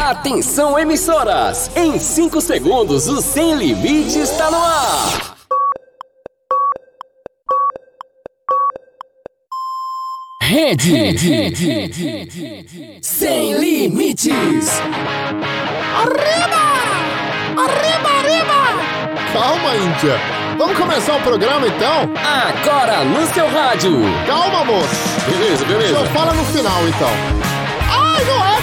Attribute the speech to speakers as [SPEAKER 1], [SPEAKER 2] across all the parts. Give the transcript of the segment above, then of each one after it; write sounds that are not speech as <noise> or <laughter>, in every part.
[SPEAKER 1] Atenção, emissoras! Em 5 segundos, o Sem Limite está no ar! Rede, Sem Limites!
[SPEAKER 2] Arriba! Arriba, arriba!
[SPEAKER 3] Calma, Índia. Vamos começar o programa então?
[SPEAKER 1] Agora no seu rádio!
[SPEAKER 3] Calma, moço.
[SPEAKER 1] Beleza,
[SPEAKER 3] Só fala no final então. Ai, não é?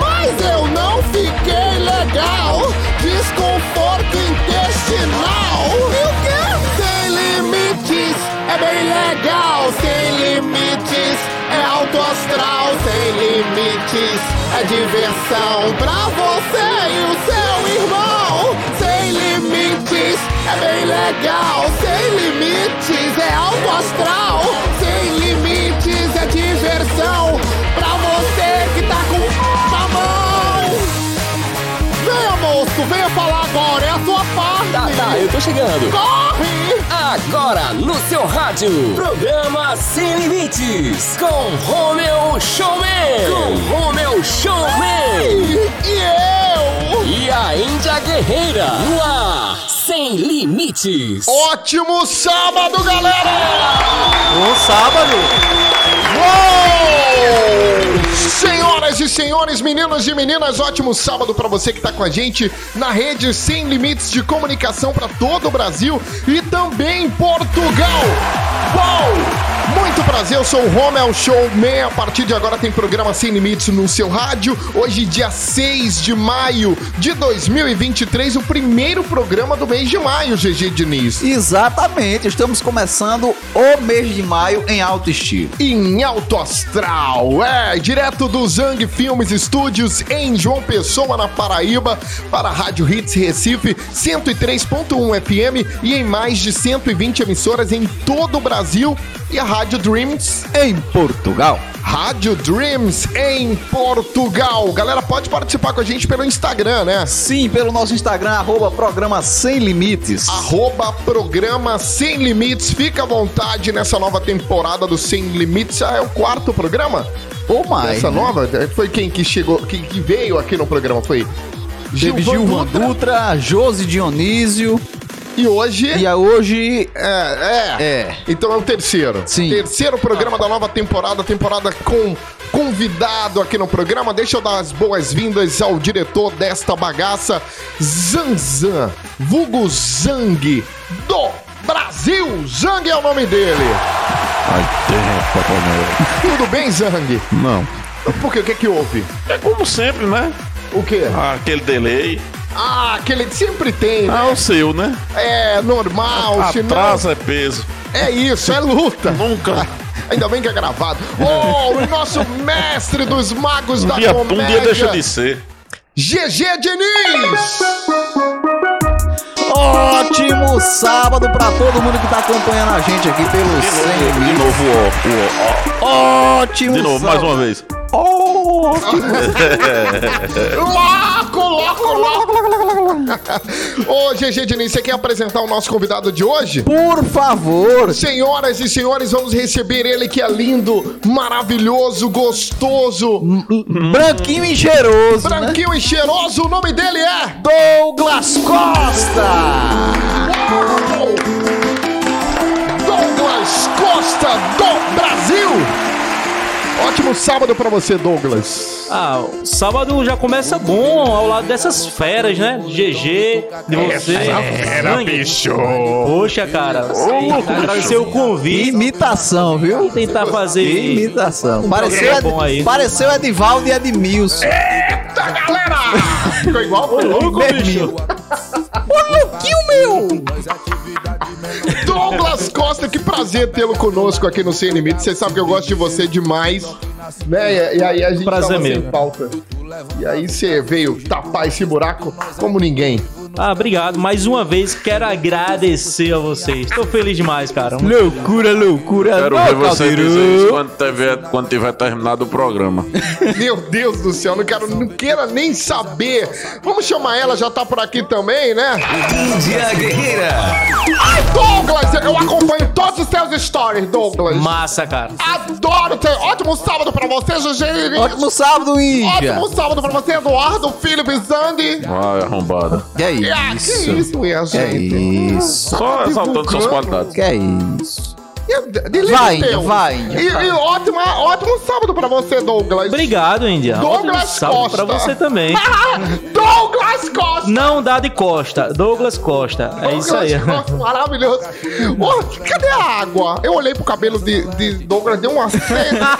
[SPEAKER 3] mas eu não fiquei legal. Desconforto intestinal. E o quê? Sem limites é bem legal. Sem limites é alto astral. Sem limites é diversão pra você e o seu irmão. Sem limites é bem legal. Sem limites é alto astral. Sem limites é diversão pra você que tá com a mão. Venha, moço, venha falar agora, é a sua parte.
[SPEAKER 1] Tá, tá, eu tô chegando.
[SPEAKER 3] Corre!
[SPEAKER 1] Agora no seu rádio, programa Sem Limites, com Romeu Showman, com Romeu Showman
[SPEAKER 3] E eu!
[SPEAKER 1] e a Índia Guerreira, no ar, Sem Limites.
[SPEAKER 3] Ótimo sábado, galera!
[SPEAKER 4] Bom sábado!
[SPEAKER 3] Uou! Senhoras e senhores, meninos e meninas, ótimo sábado pra você que tá com a gente na rede Sem Limites de Comunicação pra todo o Brasil e também Portugal. Uou! Muito prazer, eu sou o Romel Showman. A partir de agora tem programa Sem Limites no seu rádio. Hoje, dia 6 de maio de 2023, o primeiro programa do mês de maio, GG Diniz.
[SPEAKER 4] Exatamente, estamos começando o mês de maio em alto estilo.
[SPEAKER 3] em alto astral, é, direto do Zang Filmes Estúdios em João Pessoa, na Paraíba, para a Rádio Hits Recife 103.1 FM um e em mais de 120 emissoras em todo o Brasil e a Rádio Dreams
[SPEAKER 4] Em Portugal.
[SPEAKER 3] Rádio Dreams em Portugal. Galera, pode participar com a gente pelo Instagram, né?
[SPEAKER 4] Sim, pelo nosso Instagram, arroba programa Sem Limites.
[SPEAKER 3] Arroba programa Sem Limites. Fica à vontade nessa nova temporada do Sem Limites. Ah, é o quarto programa?
[SPEAKER 4] Ou mais.
[SPEAKER 3] Essa
[SPEAKER 4] né?
[SPEAKER 3] nova foi quem que chegou, quem que veio aqui no programa foi
[SPEAKER 4] Teve
[SPEAKER 3] Gilvan
[SPEAKER 4] Gilvan
[SPEAKER 3] Dutra.
[SPEAKER 4] Dutra, Josi Dionísio.
[SPEAKER 3] e hoje
[SPEAKER 4] E a hoje.
[SPEAKER 3] é, é,
[SPEAKER 4] É.
[SPEAKER 3] Então é o terceiro.
[SPEAKER 4] Sim.
[SPEAKER 3] Terceiro programa da nova temporada, temporada com convidado aqui no programa. Deixa eu dar as boas-vindas ao diretor desta bagaça, Zanzan, vulgo Zang do Brasil. Zang é o nome dele.
[SPEAKER 5] Ai, terra, Papai Noel.
[SPEAKER 3] Tudo bem, Zang?
[SPEAKER 5] Não.
[SPEAKER 3] Por quê? O que que houve?
[SPEAKER 5] É como sempre, né?
[SPEAKER 3] O quê?
[SPEAKER 5] Ah, aquele delay.
[SPEAKER 3] Ah, aquele sempre tem, né?
[SPEAKER 5] Ah, o seu, né?
[SPEAKER 3] É normal, se não-
[SPEAKER 5] Atraso é peso.
[SPEAKER 3] É isso, é luta.
[SPEAKER 5] Nunca.
[SPEAKER 3] Ainda bem que é
[SPEAKER 5] <laughs>
[SPEAKER 3] gravado. Oh, o nosso mestre dos magos da
[SPEAKER 5] Um dia,
[SPEAKER 3] comédia.
[SPEAKER 5] um dia deixa de ser.
[SPEAKER 3] GG Diniz!
[SPEAKER 4] Ótimo sábado pra todo mundo que tá acompanhando a gente aqui pelo
[SPEAKER 5] De
[SPEAKER 4] Sem
[SPEAKER 5] novo, de
[SPEAKER 4] Limites.
[SPEAKER 5] novo, ó, ó, ó.
[SPEAKER 4] Ótimo
[SPEAKER 5] De novo, mais
[SPEAKER 4] sábado. Oh,
[SPEAKER 5] uma vez.
[SPEAKER 4] Ótimo.
[SPEAKER 3] Loco, loco, loco! <laughs> Ô, GG Diniz, você quer apresentar o nosso convidado de hoje?
[SPEAKER 4] Por favor.
[SPEAKER 3] Senhoras e senhores, vamos receber ele que é lindo, maravilhoso, gostoso,
[SPEAKER 5] Hum.
[SPEAKER 4] Branquinho e cheiroso. né?
[SPEAKER 3] branquinho e cheiroso. O nome dele é...
[SPEAKER 4] Douglas Costa!
[SPEAKER 3] Uau! Douglas Costa do Brasil! Ótimo sábado pra você, Douglas.
[SPEAKER 6] Ah, o sábado já começa bom, ao lado dessas feras, né? GG, de você. Sangue. Poxa, cara, agradecer o convite.
[SPEAKER 4] Imitação, viu?
[SPEAKER 6] Tentar fazer.
[SPEAKER 4] Imitação.
[SPEAKER 6] programa
[SPEAKER 4] Pareceu, Ed-
[SPEAKER 6] bom aí.
[SPEAKER 4] pareceu Edivaldo e Edmilson.
[SPEAKER 3] Eita, galera! Ficou igual foi <laughs> louco,
[SPEAKER 4] Vermelho. Ô, louquinho meu!
[SPEAKER 3] Douglas Costa, que prazer tê-lo conosco aqui no Sem Limites. Você sabe que eu gosto de você demais. Né? E, e aí a gente
[SPEAKER 6] Prazer
[SPEAKER 3] tava sem
[SPEAKER 6] meu.
[SPEAKER 3] pauta. E aí você veio tapar esse buraco como ninguém.
[SPEAKER 6] Ah, obrigado. Mais uma vez, quero agradecer a vocês. Tô feliz demais, cara.
[SPEAKER 4] Loucura, loucura.
[SPEAKER 5] Quero ver você dizer isso quando tiver, quando tiver terminado o programa.
[SPEAKER 3] Meu Deus do céu, não quero, não queira nem saber. Vamos chamar ela, já tá por aqui também, né?
[SPEAKER 4] Índia Guerreira.
[SPEAKER 3] Ai, Douglas, eu acompanho todos os seus stories, Douglas.
[SPEAKER 6] Massa, cara.
[SPEAKER 3] Adoro ter. Ótimo sábado pra você, Gegê.
[SPEAKER 4] Ótimo sábado, Índia.
[SPEAKER 3] Ótimo sábado pra você, Eduardo, Felipe, Zandi.
[SPEAKER 5] Vai, arrombada.
[SPEAKER 4] Que é
[SPEAKER 3] Ah,
[SPEAKER 4] isso?
[SPEAKER 3] que isso, minha
[SPEAKER 4] Que é
[SPEAKER 3] gente.
[SPEAKER 4] isso?
[SPEAKER 5] Só exaltando suas qualidades.
[SPEAKER 4] Que é isso?
[SPEAKER 3] E- delírio
[SPEAKER 4] Vai, Índia,
[SPEAKER 3] teu.
[SPEAKER 4] vai, Índia,
[SPEAKER 3] um. E,
[SPEAKER 4] vai.
[SPEAKER 3] e ótima, ótimo sábado pra você, Douglas.
[SPEAKER 6] Obrigado, Índia.
[SPEAKER 3] Douglas
[SPEAKER 6] Um salve pra
[SPEAKER 3] Costa.
[SPEAKER 6] você também.
[SPEAKER 3] Ah, <laughs> Douglas Costa.
[SPEAKER 6] Não dá de costa. Douglas Costa. É isso aí.
[SPEAKER 3] Douglas Costa, maravilhoso. Ô, cadê a água? Eu olhei pro cabelo de, de Douglas, deu uma cena.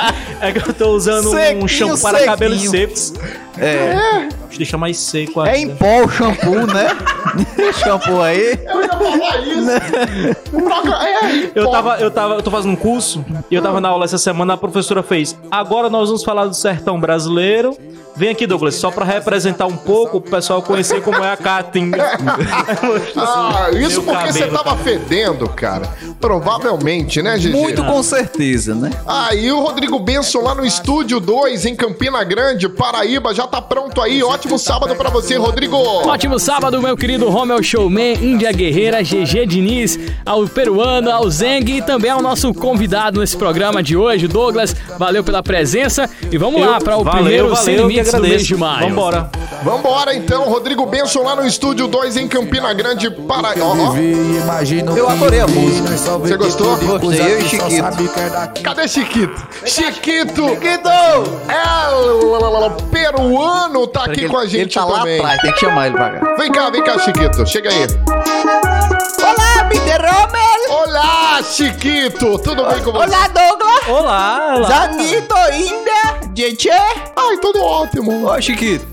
[SPEAKER 6] <laughs> É que eu tô usando um
[SPEAKER 4] Sequinho,
[SPEAKER 6] shampoo para
[SPEAKER 4] sequinho.
[SPEAKER 6] cabelos secos.
[SPEAKER 4] É,
[SPEAKER 6] Deixa mais seco
[SPEAKER 4] é
[SPEAKER 6] ainda.
[SPEAKER 4] em pó o shampoo, né? <laughs> shampoo aí. <laughs>
[SPEAKER 3] Eu ia falar isso. Droga, é,
[SPEAKER 6] Eu
[SPEAKER 3] pô.
[SPEAKER 6] tava, eu tava, eu tô fazendo um curso e eu tava na aula essa semana, a professora fez. Agora nós vamos falar do sertão brasileiro. Vem aqui, Douglas, só pra representar um pouco, o pessoal conhecer como é a caatinga.
[SPEAKER 3] Ah, isso
[SPEAKER 6] assim, Meu
[SPEAKER 3] porque você
[SPEAKER 6] cabelo,
[SPEAKER 3] tava fedendo, cara. Provavelmente, né, Gigi?
[SPEAKER 4] Muito com certeza, né?
[SPEAKER 3] Aí o Rodrigo Benson lá no Estúdio 2, em Campina Grande, Paraíba, já tá pronto aí. Ótimo sábado pra você, Rodrigo.
[SPEAKER 7] Ótimo sábado, meu querido Romel Showman, Índia Guerreira, GG Diniz, ao peruano, ao Zeng e também ao nosso convidado nesse programa de hoje, Douglas. Valeu pela presença e <laughs> vamos lá para o
[SPEAKER 6] Valeu,
[SPEAKER 7] primeiro
[SPEAKER 6] valeu,
[SPEAKER 7] Sem
[SPEAKER 6] eu que
[SPEAKER 7] Limites do
[SPEAKER 6] agradeço.
[SPEAKER 7] mês de maio.
[SPEAKER 6] Vambora.
[SPEAKER 3] Vambora então, Rodrigo Benson lá no Estúdio 2, em Campina Grande, Paraíba.
[SPEAKER 4] Eu adorei a música.
[SPEAKER 3] Você gostou?
[SPEAKER 4] Gostei, eu e Chiquito.
[SPEAKER 3] Cadê Chiquito? Chiquito
[SPEAKER 4] Chiquito!
[SPEAKER 3] é o peruano, tá aqui com a gente
[SPEAKER 4] ele tá lá
[SPEAKER 3] também.
[SPEAKER 4] atrás, tem que chamar ele pra cá.
[SPEAKER 3] Vem cá, vem cá, Chiquito. Chega aí.
[SPEAKER 8] Olá, Peter Romel!
[SPEAKER 3] Olá, Chiquito. Tudo bem com você?
[SPEAKER 8] Olá, Douglas!
[SPEAKER 6] Olá, olá.
[SPEAKER 8] Zanito, Índia, Tietê!
[SPEAKER 4] é?
[SPEAKER 3] Ai, tudo ótimo.
[SPEAKER 4] Ô, Chiquito.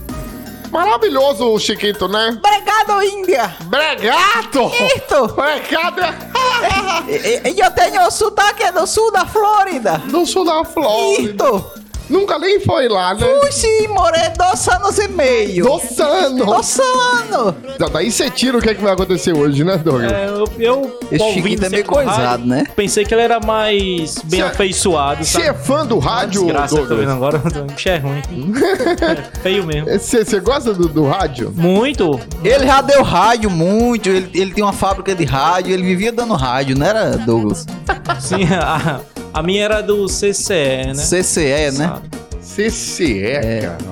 [SPEAKER 3] Maravilhoso o Chiquito, né?
[SPEAKER 8] Obrigado, Índia!
[SPEAKER 3] Bregato!
[SPEAKER 8] Isto!
[SPEAKER 3] Bregato é...
[SPEAKER 8] E- e- Eu tenho o sotaque do sul da Flórida!
[SPEAKER 3] Não sou da Flórida.
[SPEAKER 8] Isto!
[SPEAKER 3] Nunca nem foi lá, né?
[SPEAKER 8] Fui sim, morei dois anos e meio!
[SPEAKER 3] Doçano.
[SPEAKER 8] Dois anos!
[SPEAKER 3] Da- Daí você tira o que, é que vai acontecer hoje, né, Douglas?
[SPEAKER 6] É, eu, eu
[SPEAKER 4] Esse
[SPEAKER 6] ouvindo
[SPEAKER 4] Chiquito é
[SPEAKER 6] sempre
[SPEAKER 4] meio
[SPEAKER 6] no rádio,
[SPEAKER 4] coisado, é né?
[SPEAKER 6] Pensei que ele era mais bem
[SPEAKER 3] Cê-
[SPEAKER 6] afeiçoado,
[SPEAKER 3] Você
[SPEAKER 6] sabe?
[SPEAKER 3] é fã do rádio,
[SPEAKER 6] Desgraça,
[SPEAKER 4] tá
[SPEAKER 6] eu tô vendo
[SPEAKER 3] Douglas?
[SPEAKER 6] agora. <laughs> o bicho
[SPEAKER 4] <laughs>
[SPEAKER 6] é ruim. É feio mesmo.
[SPEAKER 3] Você você gosta do, do rádio?
[SPEAKER 6] Muito.
[SPEAKER 4] Ele já deu rádio muito, ele, ele tem uma fábrica de rádio, ele vivia dando rádio, não era, Douglas?
[SPEAKER 6] Sim, <laughs> a, a minha era do CCE, né?
[SPEAKER 4] CCE, né?
[SPEAKER 6] Sabe?
[SPEAKER 3] CCE, é,
[SPEAKER 4] É.
[SPEAKER 3] cara.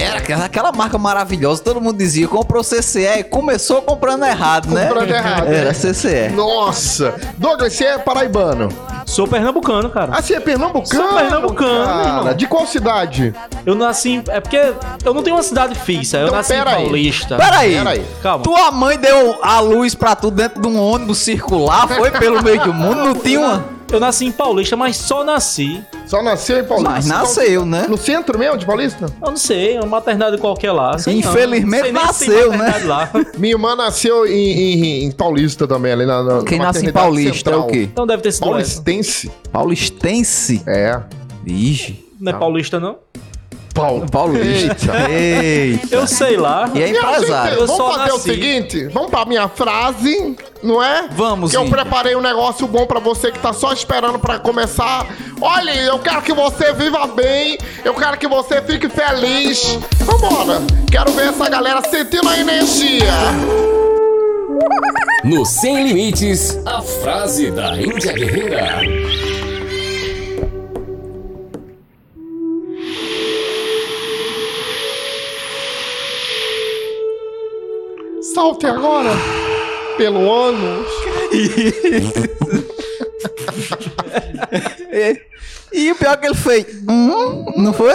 [SPEAKER 4] Era aquela, aquela marca maravilhosa, todo mundo dizia, comprou CCE, começou comprando errado, né?
[SPEAKER 3] Comprando errado,
[SPEAKER 4] Era
[SPEAKER 3] é.
[SPEAKER 4] CCE.
[SPEAKER 3] Nossa! Douglas, você é paraibano.
[SPEAKER 6] Sou pernambucano, cara.
[SPEAKER 3] Ah, você é pernambucano?
[SPEAKER 6] Sou pernambucano,
[SPEAKER 3] cara.
[SPEAKER 6] irmão.
[SPEAKER 3] De qual cidade?
[SPEAKER 6] Eu nasci. em- É porque eu não tenho uma cidade fixa. Eu
[SPEAKER 3] Então,
[SPEAKER 6] nasci em
[SPEAKER 3] pera aí.
[SPEAKER 6] Paulista.
[SPEAKER 4] Peraí,
[SPEAKER 3] Peraí.
[SPEAKER 6] Calma.
[SPEAKER 4] tua mãe deu a luz pra tu dentro de um ônibus circular, foi pelo meio do mundo, não tinha uma...
[SPEAKER 6] Eu nasci em Paulista, mas só nasci.
[SPEAKER 3] Só nasceu em Paulista?
[SPEAKER 4] Mas nasceu, né?
[SPEAKER 3] No centro mesmo de Paulista?
[SPEAKER 6] Eu não sei, uma maternidade qualquer lá. sei não.
[SPEAKER 4] Infelizmente
[SPEAKER 6] Sei nem se tem
[SPEAKER 4] nasceu, né?
[SPEAKER 6] maternidade Lá.
[SPEAKER 3] Minha irmã nasceu em, em- em Paulista também, ali na. na
[SPEAKER 4] Quem
[SPEAKER 3] na
[SPEAKER 4] nasce em
[SPEAKER 3] maternidade
[SPEAKER 4] Paulista
[SPEAKER 3] central.
[SPEAKER 4] é o quê?
[SPEAKER 6] Então deve ter sido essa.
[SPEAKER 3] Paulistense?
[SPEAKER 4] Paulistense?
[SPEAKER 3] É.
[SPEAKER 4] Vixe,
[SPEAKER 6] Não é paulista, não?
[SPEAKER 3] Paulo.
[SPEAKER 4] paulista. Eita.
[SPEAKER 6] Eu sei lá.
[SPEAKER 4] E é empresário.
[SPEAKER 6] Eu
[SPEAKER 3] vamos
[SPEAKER 6] só
[SPEAKER 3] fazer o
[SPEAKER 6] nasci.
[SPEAKER 3] seguinte? Vamos pra minha frase, não é?
[SPEAKER 4] Vamos,
[SPEAKER 3] Que eu
[SPEAKER 4] Índia.
[SPEAKER 3] preparei um negócio bom pra você que tá só esperando pra começar. Olha, eu quero que você viva bem, eu quero que você fique feliz. Vambora! Quero ver essa galera sentindo a energia.
[SPEAKER 1] No Sem Limites, a frase da Índia Guerreira.
[SPEAKER 3] Salte agora pelo ânus.
[SPEAKER 4] E, e o pior é que ele fez. Hum, não foi?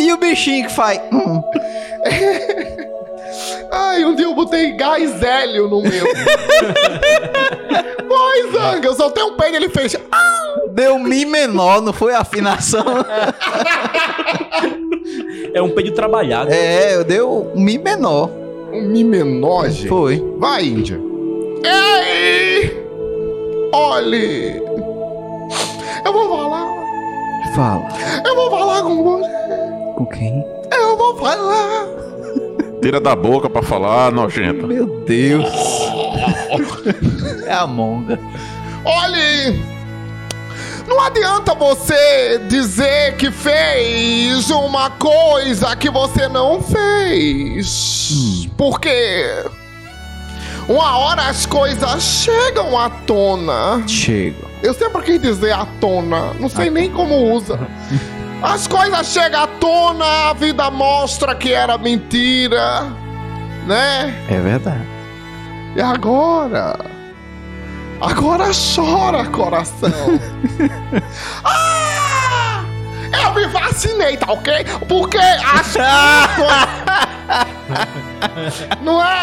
[SPEAKER 4] e o bichinho que faz. Hum.
[SPEAKER 3] Ai, um dia eu botei gás hélio no <laughs> meu. Pois, Zanga, eu soltei um peido e ele fez. Ah,
[SPEAKER 4] Deu Mi menor, não foi a afinação?
[SPEAKER 6] É um peido trabalhado.
[SPEAKER 4] é, eu deu Mi menor.
[SPEAKER 3] um mi menor, gente.
[SPEAKER 4] Foi.
[SPEAKER 3] Vai, Índia. Ei! Olhe! Eu vou falar,
[SPEAKER 4] Fala.
[SPEAKER 3] eu vou falar com você,
[SPEAKER 4] Com quem?
[SPEAKER 3] eu vou falar.
[SPEAKER 5] tira da boca pra falar, nojento.
[SPEAKER 4] Meu <laughs> Deus. é a monga.
[SPEAKER 3] Olhe! Não adianta você dizer que fez uma coisa que você não fez. Porque uma hora as coisas chegam à tona.
[SPEAKER 4] Chego.
[SPEAKER 3] Eu sempre quis dizer à tona, não sei nem como usa. As coisas chegam à tona, a vida mostra que era mentira, né?
[SPEAKER 4] É verdade.
[SPEAKER 3] E agora? Agora chora, coração. ah! Eu me vacinei, tá ok? Porque as pessoas- Não é?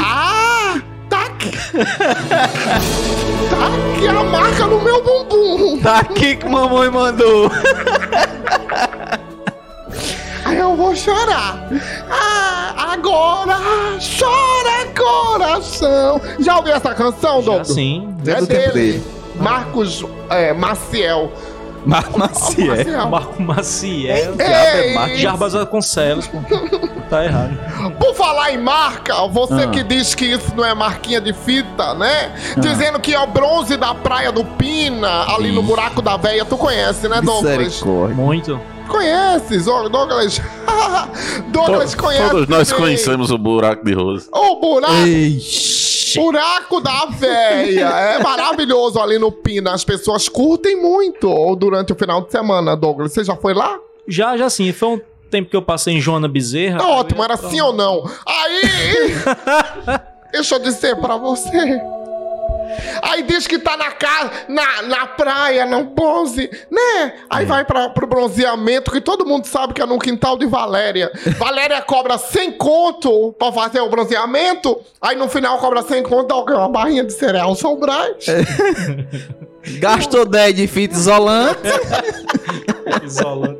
[SPEAKER 3] Ah! Tá aqui. Tá aqui a marca no meu bumbum.
[SPEAKER 4] <laughs> Tá aqui que mamãe mandou.
[SPEAKER 3] Aí eu vou chorar. Ah, agora! Chora, coração! Já ouviu essa canção, Dobro?
[SPEAKER 6] Assim.
[SPEAKER 3] É
[SPEAKER 4] do tempo
[SPEAKER 3] dele.
[SPEAKER 4] dele.
[SPEAKER 3] Marcos é, Maciel.
[SPEAKER 4] Mas, mas se é.
[SPEAKER 3] Maciel.
[SPEAKER 6] Marco Maciel.
[SPEAKER 3] Ei,
[SPEAKER 6] É. Jarbas Vasconcelos, pô. Tá errado.
[SPEAKER 3] por falar em marca, você que diz que isso não é marquinha de fita, né? Dizendo que é o bronze da Praia do Pina, ali no buraco da véia. Tu conhece, né, Douglas?
[SPEAKER 4] Misericórdia.
[SPEAKER 6] Muito.
[SPEAKER 3] Conheces, ó, Douglas? <laughs> Douglas
[SPEAKER 5] To-
[SPEAKER 3] conhece.
[SPEAKER 5] Todos nós
[SPEAKER 3] bem.
[SPEAKER 5] conhecemos o buraco de rosa.
[SPEAKER 3] O buraco
[SPEAKER 4] Ixi.
[SPEAKER 3] Buraco da véia. É maravilhoso ali no Pina. As pessoas curtem muito durante o final de semana, Douglas. Você já foi lá?
[SPEAKER 6] Já, já sim. Foi um tempo que eu passei em Joana Bezerra.
[SPEAKER 3] Tá ótimo, era sim ou não. Aí. deixa eu dizer pra você. Aí diz que tá na casa, na, na praia, não bronze, né? Aí vai pra, pro bronzeamento, que todo mundo sabe que é no quintal de Valéria. Valéria cobra 100 conto pra fazer o bronzeamento, aí no final cobra 100 conto, dá o quê? uma barrinha de cereal São Brás.
[SPEAKER 4] Gastou 10 de fita isolante.
[SPEAKER 6] Isolando.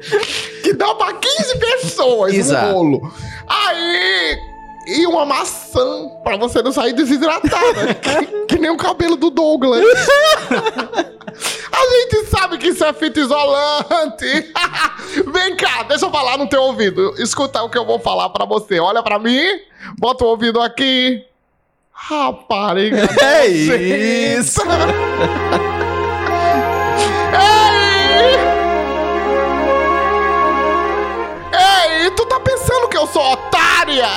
[SPEAKER 3] que dá pra 15 pessoas
[SPEAKER 4] Exato.
[SPEAKER 3] um bolo. Aí. E uma maçã pra você não sair desidratada. <laughs> que, que nem o cabelo do Douglas. <laughs> A gente sabe que isso é fita isolante. <laughs> Vem cá, deixa eu falar no teu ouvido. Escuta o que eu vou falar pra você. Olha pra mim, bota o ouvido aqui. Rapariga.
[SPEAKER 4] <laughs> É
[SPEAKER 3] nojenta.
[SPEAKER 4] isso.
[SPEAKER 3] Ei! Ei, tu tá pensando que eu sou otária?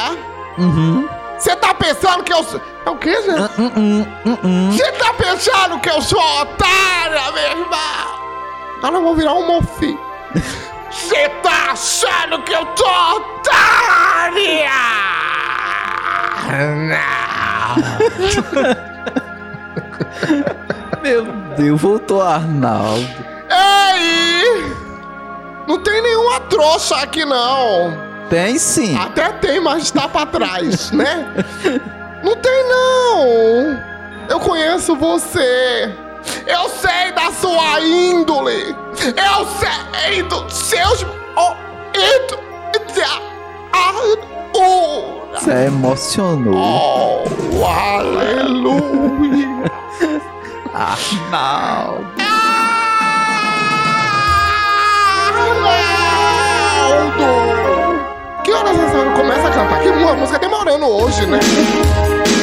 [SPEAKER 3] Uhum. Você tá pensando que eu sou. É o quê, gente? Você tá pensando que eu sou otária, meu irmão? Agora eu vou virar um mofi. Você tá achando que eu tô otária? Não.
[SPEAKER 4] Meu Deus, voltou Arnaldo.
[SPEAKER 3] Ei! Não tem nenhuma trouxa aqui, não.
[SPEAKER 4] Tem sim.
[SPEAKER 3] Até tem, mas tá pra trás, <laughs> né? Não tem, não! Eu conheço você! Eu sei da sua índole! Eu sei dos seus. Oh, indo, da, a,
[SPEAKER 4] Você emocionou.
[SPEAKER 3] oh, aleluia!
[SPEAKER 4] Arnaldo.
[SPEAKER 3] Arnaldo! Que horas você começa a cantar? Que a música demorando hoje, né?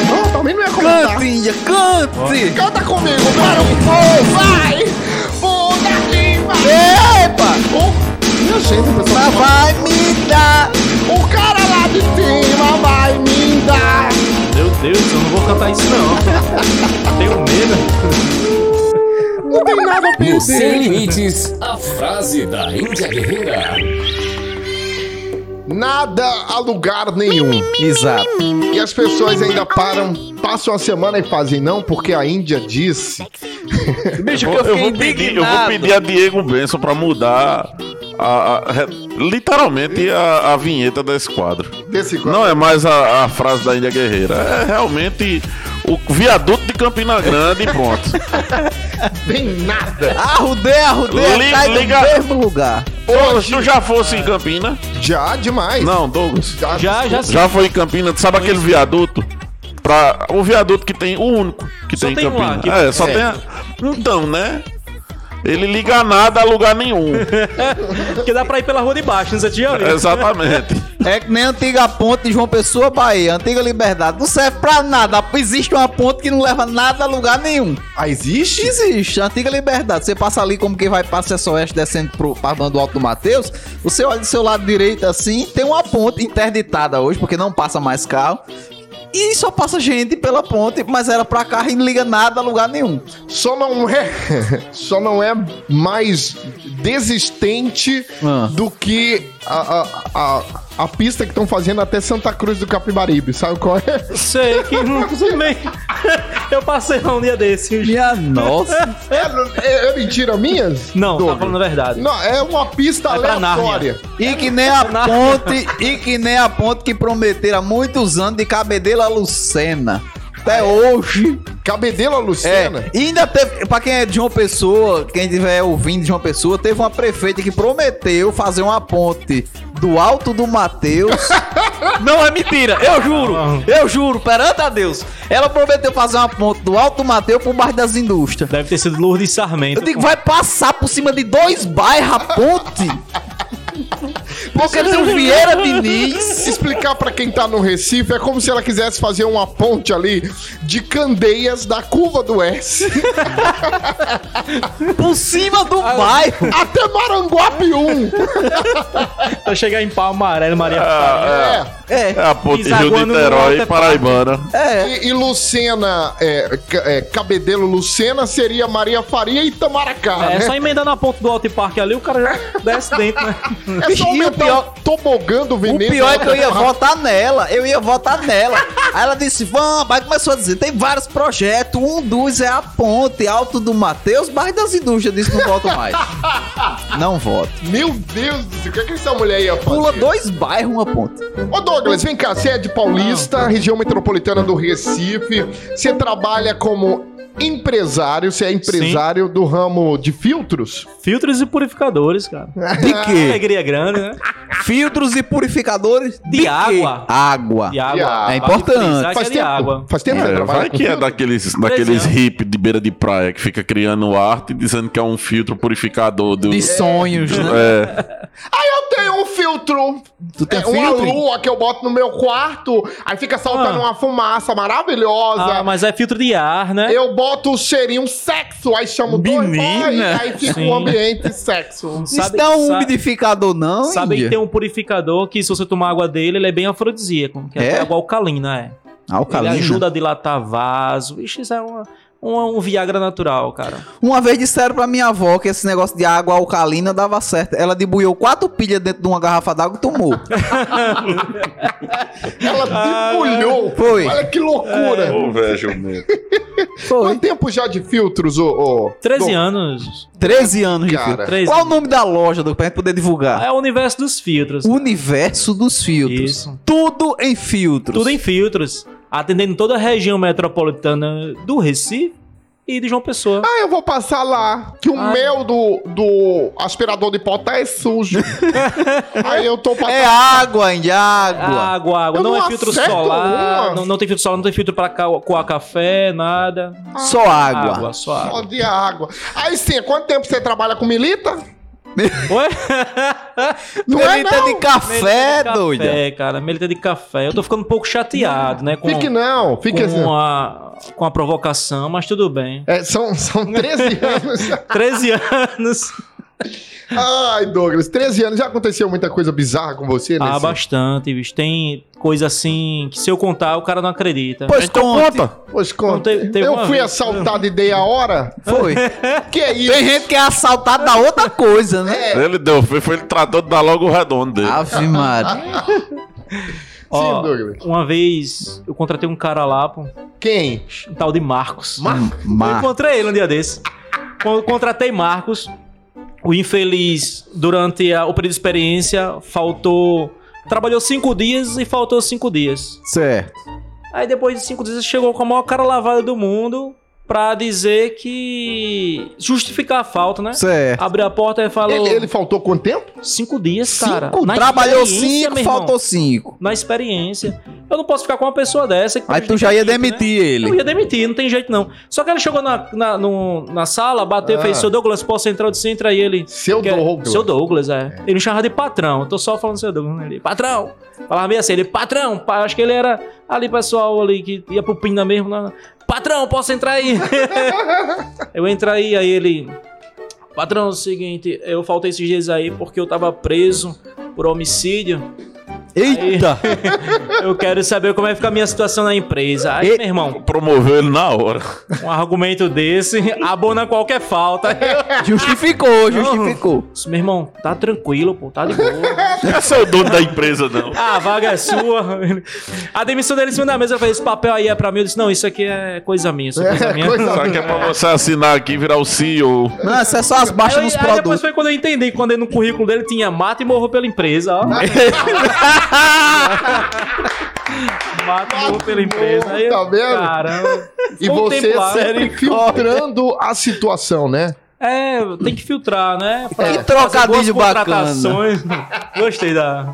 [SPEAKER 3] Não, também não ia começar.
[SPEAKER 4] Cante, Índia, cante.
[SPEAKER 3] Canta comigo, para o povo, vai! Puta que Oh,
[SPEAKER 4] Epa!
[SPEAKER 3] pariu! Minha gente, pessoal,
[SPEAKER 4] Mas vai me dar.
[SPEAKER 3] o cara lá de cima vai me dar.
[SPEAKER 6] Meu Deus, eu não vou cantar isso, não.
[SPEAKER 4] <laughs>
[SPEAKER 6] Tenho medo.
[SPEAKER 3] Não tem nada a
[SPEAKER 1] No
[SPEAKER 3] perder.
[SPEAKER 1] Sem Limites, a frase da Índia Guerreira.
[SPEAKER 3] Nada a lugar nenhum.
[SPEAKER 4] Exato.
[SPEAKER 3] E as pessoas ainda param, passam a semana e fazem não, porque a Índia disse.
[SPEAKER 4] Bicho,
[SPEAKER 5] Eu, eu vou pedir, eu vou pedir a Diego Benson pra mudar a- a- re- literalmente a, a vinheta desse quadro.
[SPEAKER 3] Desse
[SPEAKER 5] Não é mais a, a frase da Índia Guerreira. É realmente o viaduto de Campina Grande e
[SPEAKER 6] <laughs>
[SPEAKER 5] pronto.
[SPEAKER 3] tem nada.
[SPEAKER 4] Arrudê, arrudê,
[SPEAKER 5] Li-
[SPEAKER 4] cai do
[SPEAKER 5] liga.
[SPEAKER 4] mesmo lugar.
[SPEAKER 5] Ô, tu já fosse em Campina?
[SPEAKER 3] Já demais.
[SPEAKER 5] Não, Douglas.
[SPEAKER 6] Já, já sim.
[SPEAKER 5] Já foi em Campina, tu sabe aquele viaduto? Pra, o viaduto que tem, o único que
[SPEAKER 6] Só
[SPEAKER 5] tem em
[SPEAKER 6] tem um
[SPEAKER 5] Campina.
[SPEAKER 6] lá, que-
[SPEAKER 5] é, só
[SPEAKER 3] é.
[SPEAKER 5] tem. a- Então, né? Ele liga nada a lugar nenhum.
[SPEAKER 6] <laughs> Porque dá pra ir pela rua de baixo, não você tinha visto?
[SPEAKER 5] Exatamente.
[SPEAKER 4] É que nem a antiga ponte de João Pessoa, Bahia, antiga liberdade. Não serve pra nada. Existe uma ponte que não leva nada a lugar nenhum.
[SPEAKER 9] Ah, existe?
[SPEAKER 4] Existe, a antiga liberdade. Você passa ali como quem vai para Acesso Oeste descendo pro pra banda do Alto do Mateus. Você olha do seu lado direito assim, tem uma ponte interditada hoje, porque não passa mais carro. E só passa gente pela ponte, mas era pra carro e não liga nada a lugar nenhum.
[SPEAKER 3] Só não é. <laughs> Só não é mais desistente
[SPEAKER 4] Ah.
[SPEAKER 3] do que a, a, a, a pista que estão fazendo até Santa Cruz do Capibaribe. Sabe qual é?
[SPEAKER 6] Sei que não sei bem. <laughs> Eu passei lá um dia desse.
[SPEAKER 4] Minha nossa.
[SPEAKER 3] É, é- é mentira minhas?
[SPEAKER 6] Não, tá
[SPEAKER 3] Douglas?
[SPEAKER 6] falando a verdade.
[SPEAKER 3] Não, é uma pista
[SPEAKER 6] Vai pra
[SPEAKER 3] aleatória.
[SPEAKER 4] E que nem a ponte, e que nem a ponte que prometeram há muitos anos de Cabedelo a Lucena. Até hoje.
[SPEAKER 3] Cabedelo a
[SPEAKER 4] Ah, É,
[SPEAKER 3] Lucena.
[SPEAKER 4] e ainda teve, pra quem é de João Pessoa, quem estiver ouvindo de João Pessoa, teve uma prefeita que prometeu fazer uma ponte do Alto do Mateus. <laughs> Ah. Não é mentira, eu juro, eu juro, perante a Deus. Ela prometeu fazer uma ponte do Alto do Mateus pro bairro das indústrias.
[SPEAKER 6] Deve ter sido Lourdes Sarmento.
[SPEAKER 4] Eu digo, vai passar por cima de dois bairros a ponte? Porque tem um o Vieira Diniz.
[SPEAKER 3] Explicar pra quem tá no Recife é como se ela quisesse fazer uma ponte ali de candeias da curva do S <laughs>
[SPEAKER 4] Por cima do bairro.
[SPEAKER 3] até Maranguape 1.
[SPEAKER 6] Pra chegar em Palmaré, Maria. né?
[SPEAKER 5] Ah,
[SPEAKER 3] É.
[SPEAKER 5] é.
[SPEAKER 4] <laughs> É.
[SPEAKER 5] É a ponte
[SPEAKER 6] Pisaguando
[SPEAKER 5] Rio de
[SPEAKER 6] no
[SPEAKER 5] Niterói
[SPEAKER 6] alto é
[SPEAKER 5] e Paraibana.
[SPEAKER 3] E, e Lucena, é, ca- é, Cabedelo Lucena seria Maria Faria e
[SPEAKER 4] Ah.
[SPEAKER 3] Itamaracá,
[SPEAKER 6] É
[SPEAKER 3] né?
[SPEAKER 6] só emendando a ponta do Alto Parque ali, o cara já
[SPEAKER 4] <laughs>
[SPEAKER 6] desce dentro, né?
[SPEAKER 3] É só
[SPEAKER 4] E o
[SPEAKER 3] aumentar
[SPEAKER 4] pior-
[SPEAKER 3] o tobogã do
[SPEAKER 4] O
[SPEAKER 3] Veneza.
[SPEAKER 4] pior é que eu ia votar nela, eu ia votar nela. Aí ela disse, vamos, aí começou a dizer, tem vários projetos, um dos é a ponte, Alto do Mateus, bairro das indústrias, disse, não voto mais. Não voto.
[SPEAKER 3] <laughs> Meu Deus do céu, o que, é que essa mulher ia fazer?
[SPEAKER 4] Pula dois bairros, uma ponte.
[SPEAKER 3] Ô Douglas, vem cá, você é de
[SPEAKER 6] Ah,
[SPEAKER 3] Paulista,
[SPEAKER 6] tá.
[SPEAKER 3] região metropolitana do Recife. Você trabalha como empresário, você é empresário do ramo de filtros?
[SPEAKER 6] Filtros e purificadores, cara.
[SPEAKER 4] De quê?
[SPEAKER 6] Alegria grande, né?
[SPEAKER 4] Filtros e purificadores de,
[SPEAKER 6] De
[SPEAKER 4] quê?
[SPEAKER 6] água.
[SPEAKER 4] Água.
[SPEAKER 6] De água.
[SPEAKER 3] É
[SPEAKER 4] importante.
[SPEAKER 6] Faz que é de água.
[SPEAKER 3] Faz tempo que você
[SPEAKER 5] É,
[SPEAKER 3] trabalha
[SPEAKER 5] vai
[SPEAKER 3] com
[SPEAKER 5] que é
[SPEAKER 3] filtro?
[SPEAKER 5] daqueles, daqueles
[SPEAKER 6] anos.
[SPEAKER 5] hip de beira de praia que fica criando arte e dizendo que é um filtro purificador do.
[SPEAKER 4] De sonhos, né?
[SPEAKER 5] É,
[SPEAKER 3] Aí eu tenho um filtro.
[SPEAKER 4] Tu tem
[SPEAKER 3] é, uma
[SPEAKER 4] filtro?
[SPEAKER 3] lua que eu boto no meu quarto, aí fica soltando
[SPEAKER 6] Ah.
[SPEAKER 3] uma fumaça maravilhosa.
[SPEAKER 6] Ah, mas é filtro de ar, né?
[SPEAKER 3] Eu boto o cheirinho sexo, aí chamo dois boys,
[SPEAKER 6] Menina.
[SPEAKER 3] aí fica
[SPEAKER 6] Sim.
[SPEAKER 3] um ambiente sexo.
[SPEAKER 4] Isso não é um umidificador, não,
[SPEAKER 6] Sabem que
[SPEAKER 4] Índia?
[SPEAKER 6] tem um purificador que, se você tomar água dele, ele é bem afrodisíaco, que é,
[SPEAKER 4] É?
[SPEAKER 6] água alcalina, é.
[SPEAKER 4] Alcalina.
[SPEAKER 6] Ele ajuda a dilatar vaso. Ixi, isso é uma, uma- um Viagra natural, cara.
[SPEAKER 4] Uma vez disseram pra minha avó que esse negócio de água alcalina dava certo. Ela debuiou quatro pilhas dentro de uma garrafa d'água e tomou.
[SPEAKER 3] Ela
[SPEAKER 6] Ah,
[SPEAKER 3] debulhou.
[SPEAKER 4] Foi.
[SPEAKER 3] Olha que loucura.
[SPEAKER 6] É.
[SPEAKER 5] Ô, velho, meu.
[SPEAKER 4] Foi.
[SPEAKER 3] Quanto tempo já de filtros, ô. ô
[SPEAKER 6] 13
[SPEAKER 3] Dom-
[SPEAKER 6] anos.
[SPEAKER 4] 13 anos de
[SPEAKER 3] Cara.
[SPEAKER 4] filtro.
[SPEAKER 6] 13
[SPEAKER 4] Qual o
[SPEAKER 6] anos.
[SPEAKER 4] nome da loja do pra gente poder divulgar?
[SPEAKER 6] É o universo dos filtros.
[SPEAKER 4] Universo dos filtros.
[SPEAKER 6] Isso.
[SPEAKER 4] Tudo em filtros.
[SPEAKER 6] Tudo em filtros. Atendendo toda a região metropolitana do Recife e de João Pessoa.
[SPEAKER 3] Ah, eu vou passar lá. Que o
[SPEAKER 6] Ah.
[SPEAKER 3] mel do, do aspirador de pó tá é
[SPEAKER 6] <laughs>
[SPEAKER 3] sujo. aí eu tô
[SPEAKER 4] É
[SPEAKER 3] passando.
[SPEAKER 4] água, Índia, água.
[SPEAKER 6] Água, água.
[SPEAKER 3] Eu
[SPEAKER 6] Não,
[SPEAKER 3] não
[SPEAKER 6] é filtro
[SPEAKER 3] acerto
[SPEAKER 6] solar.
[SPEAKER 3] uma.
[SPEAKER 6] Não, não tem filtro solar, não tem filtro pra ca- coar café, nada.
[SPEAKER 4] Só água.
[SPEAKER 6] Água, só
[SPEAKER 3] Só
[SPEAKER 6] água.
[SPEAKER 3] de água. Aí sim, quanto tempo você trabalha com milita?
[SPEAKER 6] Oi?
[SPEAKER 3] Não é,
[SPEAKER 4] Melita
[SPEAKER 3] não.
[SPEAKER 4] de café,
[SPEAKER 6] Melita de
[SPEAKER 4] doida.
[SPEAKER 6] Café, cara, melita de café. Eu tô ficando um pouco chateado, né? Com,
[SPEAKER 3] Fique não, fique assim.
[SPEAKER 6] com, a, com a provocação, mas tudo bem.
[SPEAKER 3] É, são, são 13
[SPEAKER 6] <laughs>
[SPEAKER 3] anos. <laughs>
[SPEAKER 6] 13 anos.
[SPEAKER 3] Ai, Douglas, 13 anos. Já aconteceu muita coisa bizarra com você
[SPEAKER 6] Ah,
[SPEAKER 3] nesse...
[SPEAKER 6] bastante, bicho. Tem coisa assim que se eu contar, o cara não acredita.
[SPEAKER 4] Pois conte.
[SPEAKER 3] Pois conta.
[SPEAKER 6] Não, teve- teve
[SPEAKER 3] eu
[SPEAKER 6] uma
[SPEAKER 3] fui
[SPEAKER 6] vez. né?
[SPEAKER 3] assaltado e dei a hora?
[SPEAKER 4] Foi.
[SPEAKER 3] Que é isso?
[SPEAKER 4] Tem gente que é assaltada da outra coisa, né?
[SPEAKER 5] Ele deu, foi, foi ele tratou de dar logo o redondo dele.
[SPEAKER 4] Ave Maria.
[SPEAKER 6] Ó,
[SPEAKER 3] Douglas.
[SPEAKER 6] Uma vez eu contratei um cara lá, pô,
[SPEAKER 3] Quem?
[SPEAKER 6] um tal de Marcos.
[SPEAKER 4] Hum,
[SPEAKER 6] Eu
[SPEAKER 4] Mar-
[SPEAKER 6] encontrei ele um dia desse. Quando eu contratei Marcos, o infeliz, durante a, o período de experiência, faltou. Trabalhou cinco dias e faltou cinco dias.
[SPEAKER 4] Certo.
[SPEAKER 6] Aí depois de cinco dias ele chegou com a maior cara lavada do mundo pra dizer que. justificar a falta, né?
[SPEAKER 4] Certo.
[SPEAKER 6] Abriu a porta e falou.
[SPEAKER 3] Ele, ele faltou quanto tempo?
[SPEAKER 6] Cinco dias, cara.
[SPEAKER 4] Cinco,
[SPEAKER 6] Na
[SPEAKER 4] trabalhou
[SPEAKER 6] experiência,
[SPEAKER 4] cinco,
[SPEAKER 6] meu irmão.
[SPEAKER 4] faltou cinco.
[SPEAKER 6] Na experiência. Eu Eu não posso ficar com uma pessoa dessa. que
[SPEAKER 4] Aí tu
[SPEAKER 6] prejudica
[SPEAKER 4] já ia
[SPEAKER 6] muito, né?
[SPEAKER 4] demitir ele.
[SPEAKER 6] Eu ia demitir, não tem jeito não. Só que ele chegou na, na, no- na sala, bateu,
[SPEAKER 3] Ah.
[SPEAKER 6] fez seu Douglas, posso entrar? Eu disse, entra aí ele.
[SPEAKER 3] Seu
[SPEAKER 6] que é-
[SPEAKER 3] Douglas.
[SPEAKER 6] Seu Douglas, é. Ele me chamava de patrão. Eu tô só falando seu Douglas. né? Ele, patrão. Falava meio assim, ele, patrão. Pa- Acho que ele era ali, pessoal ali, que ia pro Pina mesmo. Não, não. Patrão, posso entrar aí? <laughs> eu entrei, aí ele... Patrão, é o seguinte, eu faltei esses dias aí porque eu tava preso por homicídio.
[SPEAKER 4] Eita! <laughs>
[SPEAKER 6] Eu quero saber como é que fica a minha situação na empresa. Aí,
[SPEAKER 4] E-
[SPEAKER 6] meu irmão,
[SPEAKER 5] Promoveu ele na hora.
[SPEAKER 6] um argumento desse <laughs> abona qualquer falta.
[SPEAKER 4] Justificou, justificou.
[SPEAKER 6] Meu irmão, tá tranquilo, pô, tá de boa.
[SPEAKER 5] Não é seu dono da empresa, não.
[SPEAKER 6] Ah, a vaga é sua. <laughs> A demissão dele em cima da mesa, eu falei, esse papel aí é pra mim. Eu disse, não, isso aqui é coisa minha, isso é coisa minha.
[SPEAKER 3] coisa-
[SPEAKER 5] Só que é pra você assinar aqui e virar o CEO.
[SPEAKER 4] Não, isso é só as
[SPEAKER 6] Aí, eu-
[SPEAKER 4] baixas nos
[SPEAKER 6] aí depois
[SPEAKER 4] produtos.
[SPEAKER 6] foi quando eu entendi, quando ele, no currículo dele tinha mata e morreu pela empresa,
[SPEAKER 3] <laughs>
[SPEAKER 6] ó. mata e morreu pela empresa. Aí, eu-
[SPEAKER 3] Tá vendo?
[SPEAKER 6] Caramba. um
[SPEAKER 3] E você
[SPEAKER 6] Contemplar.
[SPEAKER 3] sempre filtrando a situação, né?
[SPEAKER 6] É, tem que filtrar, né?
[SPEAKER 3] É.
[SPEAKER 6] Pra
[SPEAKER 4] Que
[SPEAKER 6] fazer
[SPEAKER 4] trocadilho
[SPEAKER 6] boas
[SPEAKER 4] bacana.
[SPEAKER 6] contratações. Gostei da.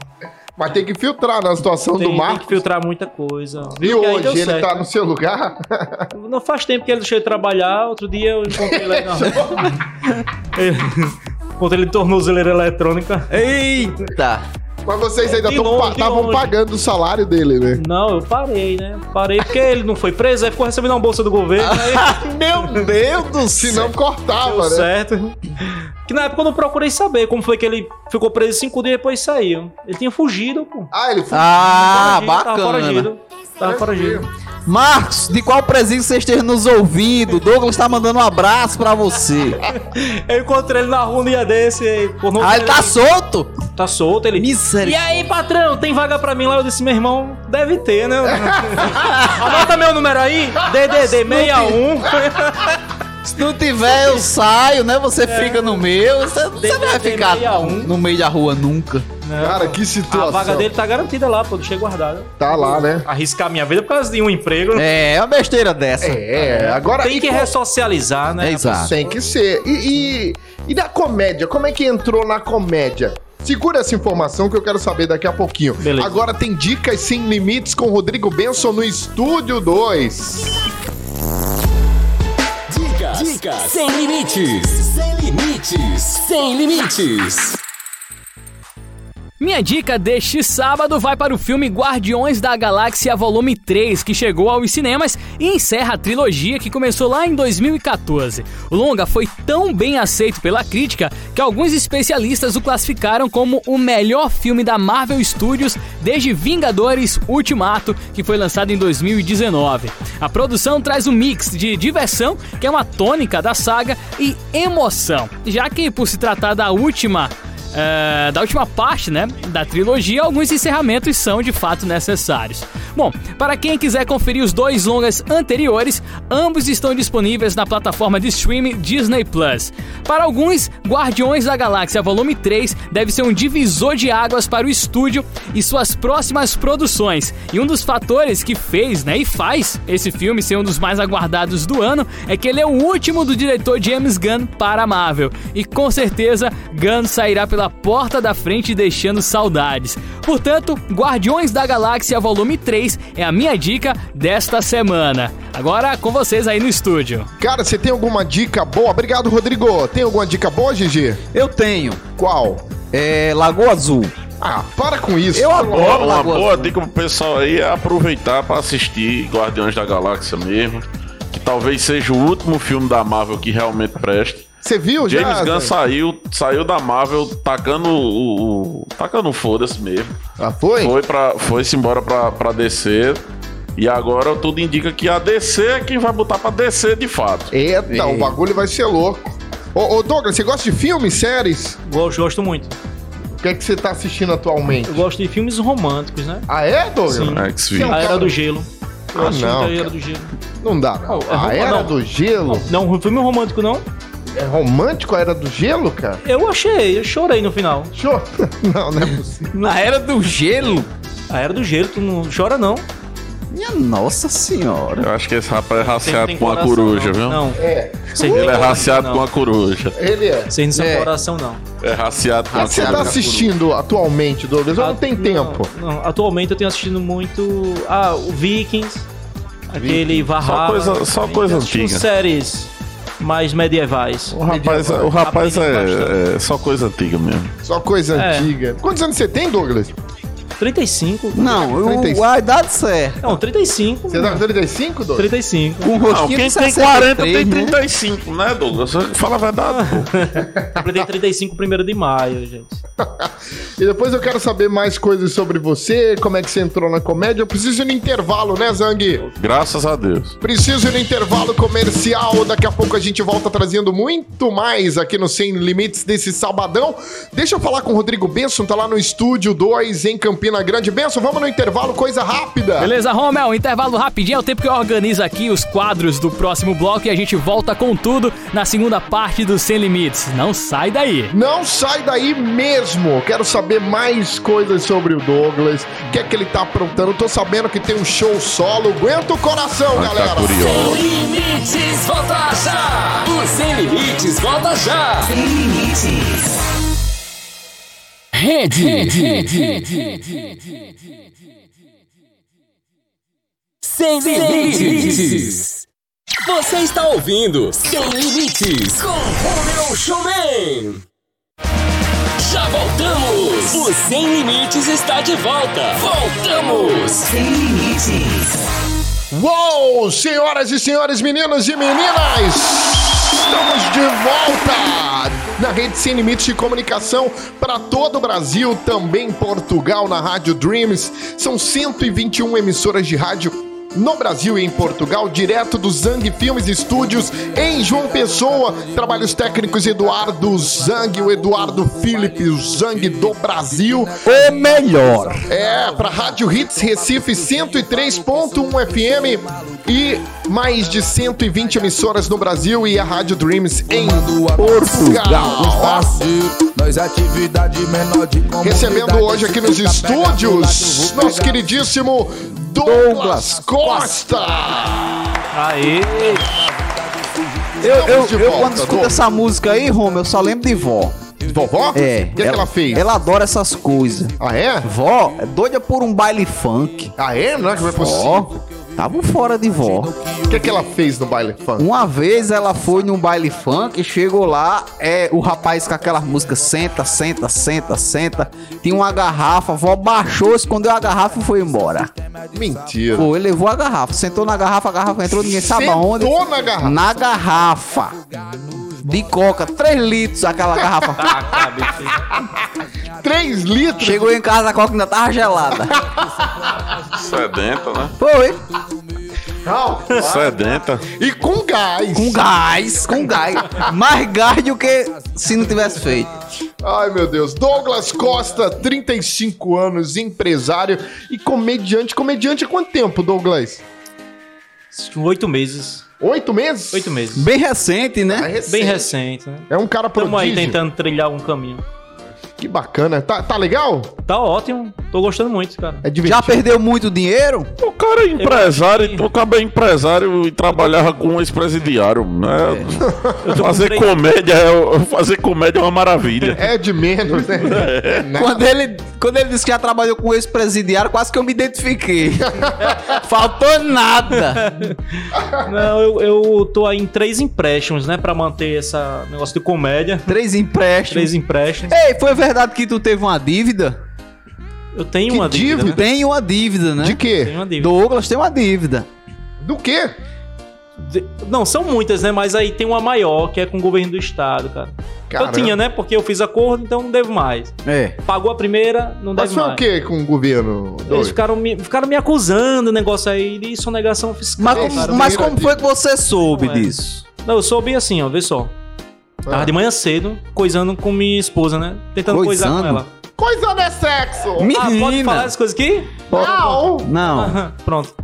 [SPEAKER 3] Mas tem que filtrar na situação
[SPEAKER 6] Tem,
[SPEAKER 3] do
[SPEAKER 6] tem que
[SPEAKER 3] Marcos.
[SPEAKER 6] filtrar muita coisa.
[SPEAKER 3] E
[SPEAKER 6] Porque aí
[SPEAKER 3] hoje
[SPEAKER 6] deu
[SPEAKER 3] ele
[SPEAKER 6] certo,
[SPEAKER 3] tá
[SPEAKER 6] né?
[SPEAKER 3] no seu lugar? <laughs>
[SPEAKER 6] Não faz tempo que ele deixou de trabalhar. Outro dia eu encontrei ele aí na rua. Ele- Encontrei ele de tornozeleira eletrônica.
[SPEAKER 4] Eita!
[SPEAKER 3] Mas vocês ainda
[SPEAKER 6] De
[SPEAKER 3] tão
[SPEAKER 6] longe,
[SPEAKER 3] pa-
[SPEAKER 6] de
[SPEAKER 3] estavam
[SPEAKER 6] longe.
[SPEAKER 3] pagando o salário dele, né?
[SPEAKER 6] Não, eu parei, né? Parei porque ele não foi preso, aí ficou recebendo uma bolsa do governo.
[SPEAKER 4] Ah,
[SPEAKER 6] Aí
[SPEAKER 4] Meu Deus do
[SPEAKER 3] Se não
[SPEAKER 6] deu
[SPEAKER 3] cortava, né?
[SPEAKER 6] certo. Que na época eu não procurei saber como foi que ele ficou preso cinco dias e depois saiu. Ele tinha fugido, pô.
[SPEAKER 3] Ah, ele foi.
[SPEAKER 4] Ah,
[SPEAKER 6] Foragido, Tava
[SPEAKER 4] bacana.
[SPEAKER 6] foragido. Tava foragido.
[SPEAKER 4] Marcos, de qual presídio você esteja nos ouvindo? Douglas tá mandando um abraço pra você.
[SPEAKER 6] Eu encontrei ele na rua um dia desse. e por não
[SPEAKER 4] Ah, ele
[SPEAKER 6] ter-
[SPEAKER 4] tá solto?
[SPEAKER 6] tá solto. Ele. E
[SPEAKER 4] Misericórdia.
[SPEAKER 6] aí, patrão, tem vaga pra mim lá? Eu disse, meu irmão, deve ter, né? <laughs> Anota meu número aí, DDD 61.
[SPEAKER 4] Se não tiver, eu saio, né? Você fica no meu. Você, você não vai
[SPEAKER 6] DDD
[SPEAKER 4] ficar
[SPEAKER 6] 61.
[SPEAKER 4] no meio da rua nunca.
[SPEAKER 3] Cara, que situação.
[SPEAKER 6] A vaga dele tá garantida lá, pô, deixei guardada.
[SPEAKER 3] Tá lá, né?
[SPEAKER 6] Arriscar minha vida por causa de um emprego.
[SPEAKER 4] É, é uma besteira dessa.
[SPEAKER 3] É, agora.
[SPEAKER 6] Tá Tem
[SPEAKER 3] e
[SPEAKER 6] que
[SPEAKER 3] co-
[SPEAKER 6] ressocializar, né?
[SPEAKER 4] É, exato.
[SPEAKER 3] Tem que ser. E, e, e da comédia? Como é que entrou na comédia? Segura essa informação que eu quero saber daqui a pouquinho.
[SPEAKER 6] Beleza.
[SPEAKER 3] Agora tem Dicas Sem Limites com Rodrigo Benson no Estúdio 2.
[SPEAKER 1] Dicas, dicas sem limites, sem limites, sem limites.
[SPEAKER 7] Minha dica deste sábado vai para o filme Guardiões da Galáxia Volume 3, que chegou aos cinemas e encerra a trilogia que começou lá em 2014. O longa foi tão bem aceito pela crítica que alguns especialistas o classificaram como o melhor filme da Marvel Studios desde Vingadores Ultimato, que foi lançado em 2019. A produção traz um mix de diversão, que é uma tônica da saga, e emoção, já que por se tratar da última é, da última parte, né, da trilogia, alguns encerramentos são de fato necessários. Bom, para quem quiser conferir os dois longas anteriores, ambos estão disponíveis na plataforma de streaming Disney Plus. Para alguns, Guardiões da Galáxia Volume 3 deve ser um divisor de águas para o estúdio e suas próximas produções. E um dos fatores que fez, né, e faz esse filme ser um dos mais aguardados do ano é que ele é o último do diretor James Gunn para a Marvel. E com certeza, Gunn sairá pela porta da frente deixando saudades. Portanto, Guardiões da Galáxia Volume 3 é a minha dica desta semana. Agora com vocês aí no estúdio.
[SPEAKER 3] Cara, você tem alguma dica boa? Obrigado, Rodrigo. Tem alguma dica boa, Gigi?
[SPEAKER 4] Eu tenho.
[SPEAKER 3] Qual?
[SPEAKER 4] É, Lagoa Azul.
[SPEAKER 3] Ah, para com isso.
[SPEAKER 4] Eu adoro
[SPEAKER 5] Uma
[SPEAKER 4] Lagoa
[SPEAKER 5] boa
[SPEAKER 4] Azul.
[SPEAKER 5] dica pro pessoal aí é aproveitar pra assistir Guardiões da Galáxia mesmo. Que talvez seja o último filme da Marvel que realmente preste.
[SPEAKER 3] Você viu
[SPEAKER 5] James
[SPEAKER 3] já?
[SPEAKER 5] Gunn saiu, saiu da Marvel tacando o. o tacando foda-se mesmo.
[SPEAKER 3] Ah, foi?
[SPEAKER 5] Foi pra, foi-se embora pra, pra DC. E agora tudo indica que a DC é quem vai botar pra DC de fato.
[SPEAKER 3] Eita, o bagulho vai ser louco. Ô, ô, Douglas, você gosta de filmes, séries?
[SPEAKER 6] Gosto, gosto muito.
[SPEAKER 3] O que é que você tá assistindo atualmente?
[SPEAKER 6] Eu gosto de filmes românticos, né?
[SPEAKER 3] Ah, é, Douglas?
[SPEAKER 6] Sim.
[SPEAKER 5] X-Video.
[SPEAKER 3] Não,
[SPEAKER 6] A Era
[SPEAKER 3] cara.
[SPEAKER 6] do Gelo. Eu
[SPEAKER 3] Ah,
[SPEAKER 6] acho
[SPEAKER 3] não,
[SPEAKER 6] muito a Era
[SPEAKER 3] cara.
[SPEAKER 6] do Gelo.
[SPEAKER 3] Não dá, não.
[SPEAKER 6] Oh, é
[SPEAKER 3] a
[SPEAKER 6] rom-
[SPEAKER 3] Era
[SPEAKER 6] não.
[SPEAKER 3] do Gelo?
[SPEAKER 6] Não, um filme romântico não.
[SPEAKER 3] É romântico a Era do Gelo, cara?
[SPEAKER 6] Eu achei, eu chorei no final.
[SPEAKER 3] Show. <laughs> Não, não é possível.
[SPEAKER 4] Na Era do Gelo?
[SPEAKER 6] A Era do Gelo, tu não chora não.
[SPEAKER 4] Minha nossa senhora.
[SPEAKER 5] Eu acho que esse rapaz é
[SPEAKER 6] Vocês não têm
[SPEAKER 5] raciado com a
[SPEAKER 6] coração,
[SPEAKER 5] coruja,
[SPEAKER 6] não.
[SPEAKER 5] viu?
[SPEAKER 6] Não.
[SPEAKER 3] É,
[SPEAKER 6] Vocês não têm
[SPEAKER 5] Ele é
[SPEAKER 6] coração,
[SPEAKER 5] raciado
[SPEAKER 6] não.
[SPEAKER 5] com a coruja.
[SPEAKER 3] ele é.
[SPEAKER 6] Vocês não
[SPEAKER 4] É.
[SPEAKER 6] são coração, não.
[SPEAKER 5] É raciado com a
[SPEAKER 3] Você tá
[SPEAKER 5] coruja.
[SPEAKER 3] assistindo atualmente, Douglas? Eu Então não
[SPEAKER 6] Ah,
[SPEAKER 3] tem tempo.
[SPEAKER 6] não. atualmente eu tenho assistindo muito. Ah, o Vikings. Aquele
[SPEAKER 5] Só
[SPEAKER 6] Valhalla.
[SPEAKER 5] coisa, só coisa
[SPEAKER 6] Tipo,
[SPEAKER 5] antiga.
[SPEAKER 6] séries mais medievais.
[SPEAKER 5] O rapaz, o rapaz é, é só coisa antiga mesmo.
[SPEAKER 3] Só coisa
[SPEAKER 6] É.
[SPEAKER 3] antiga. Quantos anos você tem, Douglas?
[SPEAKER 6] 35?
[SPEAKER 4] Não, eu-
[SPEAKER 3] 35.
[SPEAKER 4] a idade certa.
[SPEAKER 6] Não, 35.
[SPEAKER 3] Você tá com 35, Douglas?
[SPEAKER 6] 35.
[SPEAKER 4] Com
[SPEAKER 5] Não,
[SPEAKER 4] rostinho
[SPEAKER 5] quem
[SPEAKER 4] de
[SPEAKER 5] tem
[SPEAKER 4] 63,
[SPEAKER 5] 40 tem
[SPEAKER 4] né?
[SPEAKER 5] 35, né, Douglas? Fala a verdade, pô.
[SPEAKER 6] Completei 35 primeiro de maio, gente.
[SPEAKER 3] E depois eu quero saber mais coisas sobre você, como é que você entrou na comédia. Eu preciso ir no intervalo, né, Zang?
[SPEAKER 5] Graças a Deus.
[SPEAKER 3] Preciso ir no intervalo comercial. Daqui a pouco a gente volta trazendo muito mais aqui no Sem Limites desse sabadão. Deixa eu falar com o Rodrigo Benson, tá lá no Estúdio 2 em Campina Grande. Benson, vamos no intervalo, coisa rápida.
[SPEAKER 7] Beleza, Romel? Intervalo rapidinho, é o tempo que eu organizo aqui os quadros do próximo bloco e a gente volta com tudo na segunda parte do Sem Limites. Não sai daí!
[SPEAKER 3] Não sai daí mesmo. Quero saber mais coisas sobre o Douglas. O que é que ele tá aprontando? Tô sabendo que tem um show solo. Aguenta o coração,
[SPEAKER 5] Mas
[SPEAKER 3] galera.
[SPEAKER 5] tá curioso.
[SPEAKER 1] Limites, volta já! O Sem Limites, volta já! Sem Limites. Rede. Sem, limites. Você está ouvindo Sem Limites com Romeu Showman. Já voltamos! O Sem Limites está de volta! Voltamos!
[SPEAKER 3] Uou, senhoras e senhores, meninos e meninas, estamos de volta na rede Sem Limites de Comunicação para todo o Brasil, também em Portugal, na Rádio Dreams. São 121 emissoras de rádio no Brasil e em Portugal, direto do Zang Filmes Estúdios, em João Pessoa. Trabalhos técnicos Eduardo Zang, o Eduardo Felipe, o Zang do Brasil.
[SPEAKER 4] O melhor.
[SPEAKER 3] É, pra Rádio Hits Recife 103.1 FM um e mais de 120 emissoras no Brasil e a Rádio Dreams em Portugal.
[SPEAKER 9] Nós atividade menor de
[SPEAKER 3] Recebendo hoje aqui nos estúdios nosso queridíssimo Douglas Costa.
[SPEAKER 6] Aí.
[SPEAKER 4] Eu, eu,
[SPEAKER 3] de
[SPEAKER 4] eu
[SPEAKER 3] volta,
[SPEAKER 4] quando escuto
[SPEAKER 3] Douglas.
[SPEAKER 4] essa música aí, Romeu, eu só lembro de vó.
[SPEAKER 3] Vovó?
[SPEAKER 4] É.
[SPEAKER 3] O que, é que ela fez?
[SPEAKER 4] Ela adora essas coisas.
[SPEAKER 3] Ah, é?
[SPEAKER 4] Vó é doida por um baile funk.
[SPEAKER 3] Ah, é? Não é que vai possível.
[SPEAKER 4] Vó. Tava fora de vó.
[SPEAKER 3] O que, é que ela fez no baile funk?
[SPEAKER 4] Uma vez ela foi num baile funk, chegou lá, é o rapaz com aquela música senta, senta, senta, senta. Tinha uma garrafa, a vó baixou, escondeu a garrafa e foi embora.
[SPEAKER 3] Mentira.
[SPEAKER 4] Foi, levou a garrafa, sentou na garrafa, a garrafa entrou, ninguém sabe aonde.
[SPEAKER 3] Sentou na garrafa.
[SPEAKER 4] Na garrafa. De coca, 3 litros aquela garrafa.
[SPEAKER 6] Taca, bicho.
[SPEAKER 3] 3 litros.
[SPEAKER 4] Chegou em casa, a coca ainda tava gelada.
[SPEAKER 5] Sedenta, né?
[SPEAKER 4] Foi.
[SPEAKER 3] Não.
[SPEAKER 5] Sedenta.
[SPEAKER 3] E com gás.
[SPEAKER 4] Com gás, com gás. Mais gás do que se não tivesse feito.
[SPEAKER 3] Ai, meu Deus. Douglas Costa, 35 anos, empresário e comediante. Comediante há quanto tempo, Douglas?
[SPEAKER 6] um Oito meses.
[SPEAKER 3] Oito meses?
[SPEAKER 6] Oito meses.
[SPEAKER 4] Bem recente,
[SPEAKER 3] É
[SPEAKER 4] né?
[SPEAKER 3] recente.
[SPEAKER 6] Bem recente, né?
[SPEAKER 3] É um cara prodígio.
[SPEAKER 6] Estamos aí tentando trilhar um caminho.
[SPEAKER 3] Que bacana. Tá, tá legal?
[SPEAKER 6] Tá ótimo. Tô gostando muito,
[SPEAKER 3] <laughs>
[SPEAKER 6] cara.
[SPEAKER 3] É
[SPEAKER 4] Já
[SPEAKER 3] divertido.
[SPEAKER 4] perdeu muito dinheiro?
[SPEAKER 5] O cara é empresário, e- o cara é empresário e trabalhava com um ex-presidiário, né?
[SPEAKER 6] É.
[SPEAKER 5] Fazer
[SPEAKER 6] comprei-
[SPEAKER 5] comédia, é- fazer comédia é uma maravilha.
[SPEAKER 3] É de menos,
[SPEAKER 6] <laughs>
[SPEAKER 3] né? É nada.
[SPEAKER 4] Quando ele, quando ele disse que já trabalhou com um ex-presidiário, quase que eu me identifiquei. Faltou nada.
[SPEAKER 6] Não, eu, eu tô aí em três empréstimos, né? Pra manter essa negócio de comédia.
[SPEAKER 4] Três empréstimos.
[SPEAKER 6] Três empréstimos.
[SPEAKER 4] Ei, foi verdade que tu teve uma dívida?
[SPEAKER 6] Eu tenho
[SPEAKER 3] Que
[SPEAKER 6] uma dívida.
[SPEAKER 3] dívida?
[SPEAKER 6] né?
[SPEAKER 4] Tem uma dívida, né?
[SPEAKER 3] De quê?
[SPEAKER 6] Tenho uma dívida.
[SPEAKER 4] Douglas tem uma dívida.
[SPEAKER 3] Do quê?
[SPEAKER 6] De- Não, são muitas, né? Mas aí tem uma maior, que é com o governo do estado, cara.
[SPEAKER 3] Caramba.
[SPEAKER 6] Eu tinha, né? Porque eu fiz acordo, então não devo mais.
[SPEAKER 4] É.
[SPEAKER 6] Pagou a primeira, não deve
[SPEAKER 3] Mas foi
[SPEAKER 6] mais.
[SPEAKER 3] o quê com o governo?
[SPEAKER 6] Eles
[SPEAKER 3] Douglas?
[SPEAKER 6] ficaram me, ficaram me acusando o negócio aí de sonegação fiscal.
[SPEAKER 4] Mas,
[SPEAKER 3] Cara,
[SPEAKER 4] como,
[SPEAKER 3] tem
[SPEAKER 4] mas
[SPEAKER 3] uma
[SPEAKER 4] como foi que você soube disso?
[SPEAKER 6] Não, eu soube assim, ó, vê só.
[SPEAKER 3] Ah.
[SPEAKER 6] Tava de manhã cedo, coisando com minha esposa, né? Tentando coisar com
[SPEAKER 4] Coisando?
[SPEAKER 6] ela.
[SPEAKER 3] Coisa não é sexo.
[SPEAKER 6] Ah, pode falar essas coisas aqui?
[SPEAKER 3] Não.
[SPEAKER 4] Não.
[SPEAKER 6] Aham, Pronto.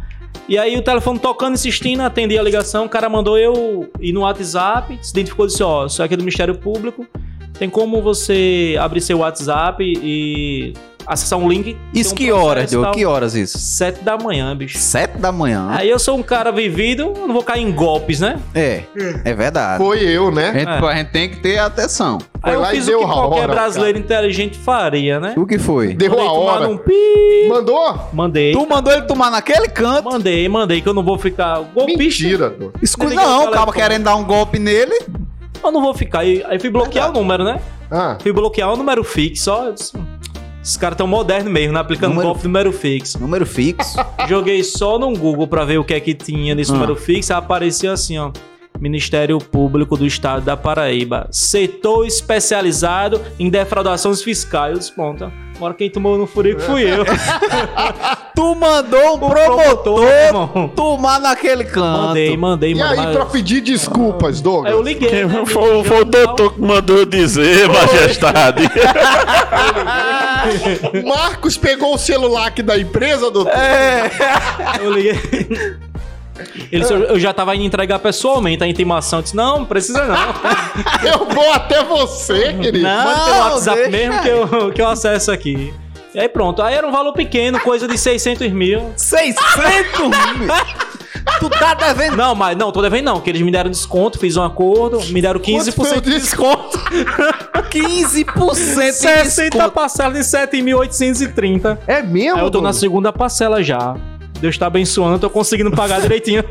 [SPEAKER 6] E aí o telefone tocando, insistindo, atendi a ligação, o cara mandou eu ir no WhatsApp, se identificou e disse, ó, isso aqui é do Ministério Público, tem como você abrir seu WhatsApp e acessar um link. tem
[SPEAKER 4] Isso
[SPEAKER 6] um
[SPEAKER 4] que
[SPEAKER 6] processo
[SPEAKER 4] horas,
[SPEAKER 6] e
[SPEAKER 4] Diogo?
[SPEAKER 6] tal.
[SPEAKER 4] Que horas isso?
[SPEAKER 6] Sete da manhã, bicho.
[SPEAKER 4] Sete da manhã.
[SPEAKER 6] Aí eu sou um cara vivido, eu não vou cair em golpes, né?
[SPEAKER 4] É, é verdade.
[SPEAKER 3] Foi eu,
[SPEAKER 4] A
[SPEAKER 3] né?
[SPEAKER 4] gente, a gente tem que ter atenção.
[SPEAKER 3] Foi
[SPEAKER 6] Aí eu
[SPEAKER 3] lá e
[SPEAKER 6] fiz
[SPEAKER 3] deu
[SPEAKER 6] o que
[SPEAKER 3] a
[SPEAKER 6] qualquer
[SPEAKER 3] hora,
[SPEAKER 6] brasileiro inteligente faria, né?
[SPEAKER 4] O que foi?
[SPEAKER 3] Deu
[SPEAKER 6] Mandei
[SPEAKER 3] a
[SPEAKER 6] tomar
[SPEAKER 3] hora.
[SPEAKER 6] num pi.
[SPEAKER 3] Mandou?
[SPEAKER 6] Mandei.
[SPEAKER 4] Tu mandou ele tomar naquele canto?
[SPEAKER 6] Mandei, mandei, que eu não vou ficar golpista.
[SPEAKER 3] Mentira. pô.
[SPEAKER 4] Escuta,
[SPEAKER 6] Desliguei o
[SPEAKER 4] não, o cara
[SPEAKER 6] telefone.
[SPEAKER 4] querendo dar um golpe nele.
[SPEAKER 6] Eu não vou ficar. Aí, aí fui bloquear o número, né?
[SPEAKER 3] Ah,
[SPEAKER 6] Fui bloquear o número fixo, ó. Eu disse, "Hum, Esses caras tão modernos mesmo, né? Aplicando
[SPEAKER 4] Número-
[SPEAKER 6] golpe número fixo.
[SPEAKER 4] Número fixo.
[SPEAKER 6] Joguei só no Google pra ver o que é que tinha nesse
[SPEAKER 4] Ah.
[SPEAKER 6] número fixo. Aí apareceu assim, ó. Ministério Público do Estado da Paraíba. Setor especializado em defraudações fiscais. Ponta. Agora quem tomou no furico fui
[SPEAKER 5] <laughs>
[SPEAKER 6] eu.
[SPEAKER 4] <laughs> tu mandou um
[SPEAKER 6] promotor,
[SPEAKER 4] promotor
[SPEAKER 6] meu irmão.
[SPEAKER 4] tomar naquele canto.
[SPEAKER 6] Mandei, mandei,
[SPEAKER 3] e
[SPEAKER 6] mandei.
[SPEAKER 3] aí, pra pedir desculpas,
[SPEAKER 6] Aí Ah. eu
[SPEAKER 3] Douglas?
[SPEAKER 6] liguei.
[SPEAKER 5] Quem
[SPEAKER 6] né?
[SPEAKER 5] foi, foi o doutor que mandou eu dizer,
[SPEAKER 6] <laughs>
[SPEAKER 5] majestade.
[SPEAKER 3] Marcos pegou o celular aqui da empresa, doutor?
[SPEAKER 5] <laughs>
[SPEAKER 6] Eu liguei. Ele disse, eu eu já tava indo entregar pessoalmente a intimação. Eu disse, não, precisa não.
[SPEAKER 3] Eu vou até você, querido.
[SPEAKER 6] Manda pelo WhatsApp
[SPEAKER 4] deixa.
[SPEAKER 6] mesmo que eu, que eu acesso aqui. E aí pronto. Aí era um valor pequeno, coisa de 600 mil. <laughs>
[SPEAKER 4] 600 mil. Tu tá devendo.
[SPEAKER 6] Não, mas não, tô devendo não, que eles me deram desconto, fiz um acordo, me deram
[SPEAKER 3] Quanto foi
[SPEAKER 6] 15%
[SPEAKER 3] o
[SPEAKER 6] de desconto.
[SPEAKER 4] 15% de
[SPEAKER 6] 60
[SPEAKER 4] desconto.
[SPEAKER 6] parcelas de 7.830.
[SPEAKER 3] É mesmo?
[SPEAKER 6] Aí eu tô na
[SPEAKER 3] Douglas?
[SPEAKER 6] segunda parcela já. Deus tá abençoando, eu tô conseguindo
[SPEAKER 3] <laughs>
[SPEAKER 6] pagar direitinho.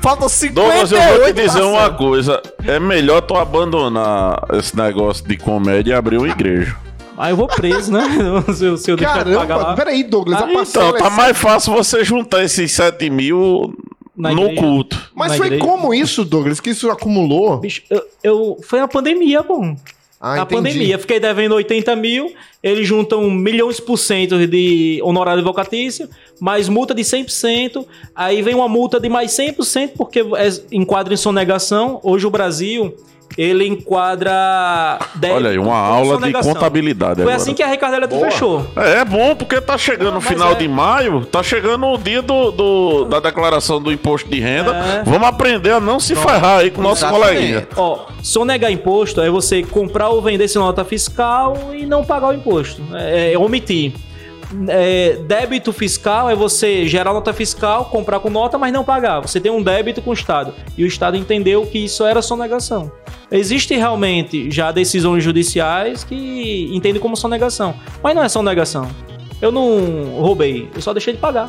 [SPEAKER 4] Faltam
[SPEAKER 5] Douglas,
[SPEAKER 4] 58
[SPEAKER 5] eu vou te dizer
[SPEAKER 4] parcelas.
[SPEAKER 5] uma coisa. É melhor tu abandonar esse negócio de comédia e abrir uma igreja.
[SPEAKER 6] Aí eu vou preso, né? <laughs> Se eu, se eu deixar de pagar
[SPEAKER 3] Caramba,
[SPEAKER 6] lá. Ah,
[SPEAKER 3] peraí, Douglas, a
[SPEAKER 6] Aí,
[SPEAKER 5] Então,
[SPEAKER 3] parcela é
[SPEAKER 5] tá mais fácil você juntar esses 7 mil
[SPEAKER 6] Na
[SPEAKER 5] no
[SPEAKER 6] igreja.
[SPEAKER 5] culto.
[SPEAKER 3] Mas
[SPEAKER 6] na
[SPEAKER 3] foi
[SPEAKER 6] igreja.
[SPEAKER 3] como isso, Douglas? Que isso acumulou?
[SPEAKER 6] Bicho, eu, eu- foi a pandemia, bom.
[SPEAKER 3] Ah,
[SPEAKER 6] a
[SPEAKER 3] entendi.
[SPEAKER 6] pandemia. Fiquei devendo 80 mil, eles juntam milhões por cento de honorário advocatício, mais multa de 100%, aí vem uma multa de mais 100%, porque é- enquadra em sonegação. Hoje o Brasil, ele enquadra... débito
[SPEAKER 5] Olha aí, uma
[SPEAKER 6] por
[SPEAKER 5] aula de
[SPEAKER 6] sonegação.
[SPEAKER 5] contabilidade
[SPEAKER 6] É, Foi
[SPEAKER 5] agora.
[SPEAKER 6] assim que a Ricardo fechou.
[SPEAKER 5] É é bom porque tá chegando o
[SPEAKER 6] mas
[SPEAKER 5] final
[SPEAKER 6] é.
[SPEAKER 5] de maio, tá chegando o dia do, do- da declaração do imposto de renda.
[SPEAKER 6] É.
[SPEAKER 5] Vamos aprender a não se ferrar aí com o nosso
[SPEAKER 4] Exatamente.
[SPEAKER 5] coleguinha.
[SPEAKER 6] Ó, sonegar imposto é você comprar ou vender sem nota fiscal e não pagar o imposto. É, é omitir. É, débito fiscal é você gerar nota fiscal, comprar com nota, mas não pagar. Você tem um débito com o Estado. E o Estado entendeu que isso era sonegação. Existem realmente já decisões judiciais que entendem como sonegação. Mas não é sonegação. Eu não roubei, eu só deixei de pagar.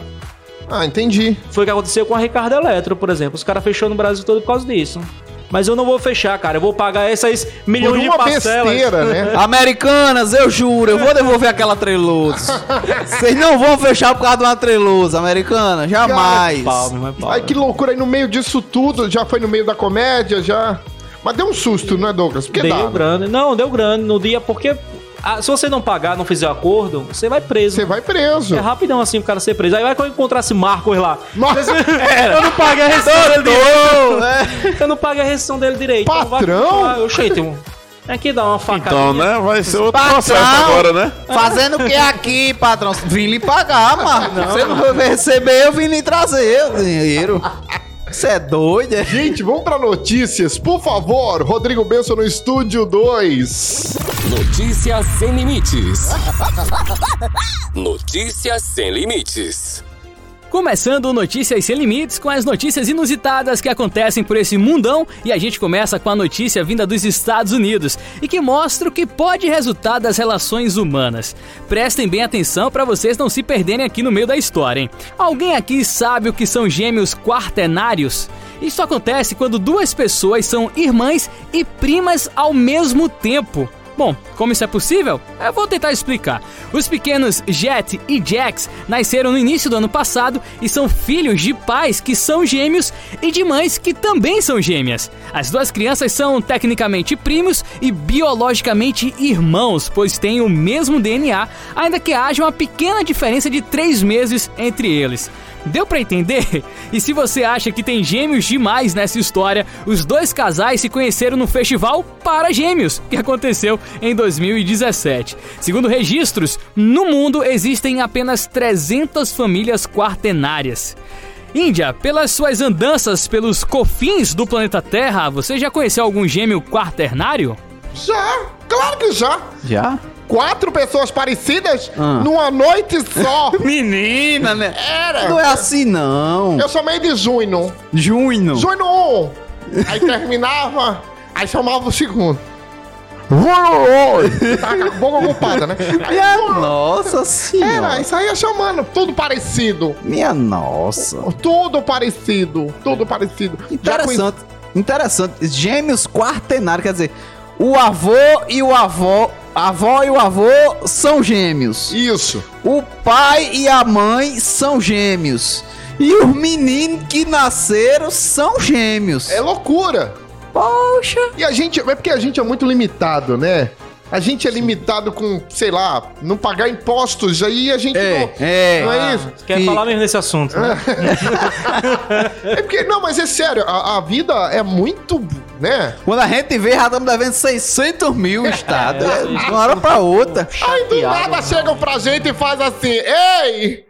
[SPEAKER 3] Ah, entendi.
[SPEAKER 6] Foi o que aconteceu com a Ricardo Eletro, por exemplo. Os caras fechou no Brasil todo por causa disso. Mas eu não vou fechar, cara. Eu vou pagar essas
[SPEAKER 3] Por
[SPEAKER 6] milhões de
[SPEAKER 3] uma
[SPEAKER 6] parcelas.
[SPEAKER 3] besteira,
[SPEAKER 6] <laughs>
[SPEAKER 3] né?
[SPEAKER 4] Americanas, eu juro, eu vou devolver aquela
[SPEAKER 6] <laughs>
[SPEAKER 4] trelusa. Vocês não vão fechar por causa de uma trelusa, americana, jamais.
[SPEAKER 6] Pau, meu irmão, é pau.
[SPEAKER 3] Ai, que loucura. Aí no meio disso tudo, já foi no meio da comédia, já... Mas deu um susto, não é, Douglas? Porque
[SPEAKER 6] Deu
[SPEAKER 3] dá. né?
[SPEAKER 6] grande. Não, deu grande no dia, porque ah, se você não pagar, não fizer o acordo, você vai preso.
[SPEAKER 3] Você vai preso.
[SPEAKER 6] É rapidão assim o cara ser preso. Aí vai que eu encontrasse Marcos lá.
[SPEAKER 3] Mas- <laughs>
[SPEAKER 6] Eu não paguei a rescisão dele
[SPEAKER 4] é.
[SPEAKER 6] direito. Eu não paguei a rescisão dele direito. Então vai
[SPEAKER 3] Patrão?
[SPEAKER 6] continuar. Eu cheio, tem um. Aqui dá uma facada.
[SPEAKER 5] Então, né? Vai ser outro
[SPEAKER 4] Patrão.
[SPEAKER 5] processo agora, né?
[SPEAKER 4] Fazendo o que aqui, patrão? Vim lhe pagar, mano. Você não vai receber, eu vim lhe trazer o dinheiro. Você é doido, é?
[SPEAKER 3] Gente, vamos pra notícias. Por favor, Rodrigo Benson no Estúdio 2.
[SPEAKER 1] Notícias sem limites. <laughs> Notícias sem limites.
[SPEAKER 7] Começando o Notícias Sem Limites com as notícias inusitadas que acontecem por esse mundão e a gente começa com a notícia vinda dos Estados Unidos e que mostra o que pode resultar das relações humanas. Prestem bem atenção para vocês não se perderem aqui no meio da história, hein? Alguém aqui sabe o que são gêmeos quartenários? Isso acontece quando duas pessoas são irmãs e primas ao mesmo tempo. Bom, como isso é possível? Eu vou tentar explicar. Os pequenos Jet e Jax nasceram no início do ano passado e são filhos de pais que são gêmeos e de mães que também são gêmeas. As duas crianças são tecnicamente primos e biologicamente irmãos, pois têm o mesmo DNA, ainda que haja uma pequena diferença de três meses entre eles. Deu pra entender? E se você acha que tem gêmeos demais nessa história, os dois casais se conheceram no festival Para Gêmeos, que aconteceu em 2017. Segundo registros, no mundo existem apenas 300 famílias quartenárias. Índia, pelas suas andanças pelos confins do planeta Terra, você já conheceu algum gêmeo quaternário?
[SPEAKER 3] Já, claro que já.
[SPEAKER 4] Já?
[SPEAKER 3] quatro pessoas parecidas
[SPEAKER 4] Ah.
[SPEAKER 3] numa noite
[SPEAKER 4] <laughs>
[SPEAKER 3] só.
[SPEAKER 4] Menina, né?
[SPEAKER 3] Era.
[SPEAKER 4] Não é assim, não.
[SPEAKER 3] Eu sou meio de junho.
[SPEAKER 4] Junho.
[SPEAKER 3] Junho 1. Aí terminava, aí chamava o segundo. Tava com a boca ocupada, né? Aí,
[SPEAKER 4] Minha nossa
[SPEAKER 3] era,
[SPEAKER 4] senhora.
[SPEAKER 3] isso aí ia chamando, tudo parecido.
[SPEAKER 4] Minha nossa.
[SPEAKER 3] Tudo parecido, tudo parecido. Já
[SPEAKER 4] Interessante. Interessante. Gêmeos quartenários, quer dizer, o avô e o avó, a avó e o avô são gêmeos.
[SPEAKER 3] conheci- Isso.
[SPEAKER 4] O pai e a mãe são gêmeos. E os meninos que nasceram são gêmeos.
[SPEAKER 3] É loucura.
[SPEAKER 4] Poxa.
[SPEAKER 3] E a gente, é porque a gente é muito limitado, né? A gente é limitado com, sei lá, não pagar impostos, aí a gente não...
[SPEAKER 4] é.
[SPEAKER 3] Não é isso?
[SPEAKER 6] Ah, Quer
[SPEAKER 4] E-
[SPEAKER 6] falar mesmo nesse
[SPEAKER 3] <laughs>
[SPEAKER 6] assunto, né?
[SPEAKER 3] É porque, não, mas é sério, a, a vida é muito, né?
[SPEAKER 4] Quando a gente vê, já estamos devendo 600 mil, Estado. É, de uma hora pra outra.
[SPEAKER 3] Aí do nada chegam pra gente e faz assim, ei,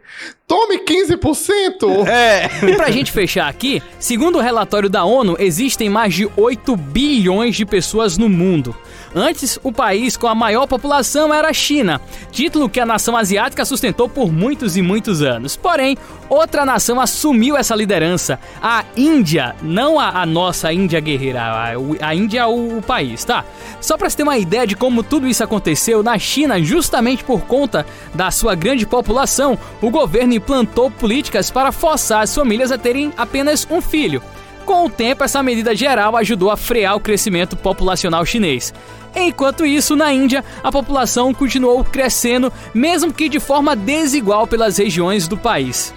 [SPEAKER 3] tome 15%.
[SPEAKER 4] É.
[SPEAKER 7] <laughs> E pra gente fechar aqui, segundo o relatório da ONU, existem mais de 8 bilhões de pessoas no mundo. Antes, o país com a maior população era a China, título que a nação asiática sustentou por muitos e muitos anos. Porém, outra nação assumiu essa liderança, a Índia, não a, a nossa Índia guerreira, a, o- a Índia é o, o país, tá? Só pra se ter uma ideia de como tudo isso aconteceu, na China, justamente por conta da sua grande população, o governo implantou políticas para forçar as famílias a terem apenas um filho. Com o tempo, essa medida geral ajudou a frear o crescimento populacional chinês. Enquanto isso, na Índia, a população continuou crescendo, mesmo que de forma desigual pelas regiões do país.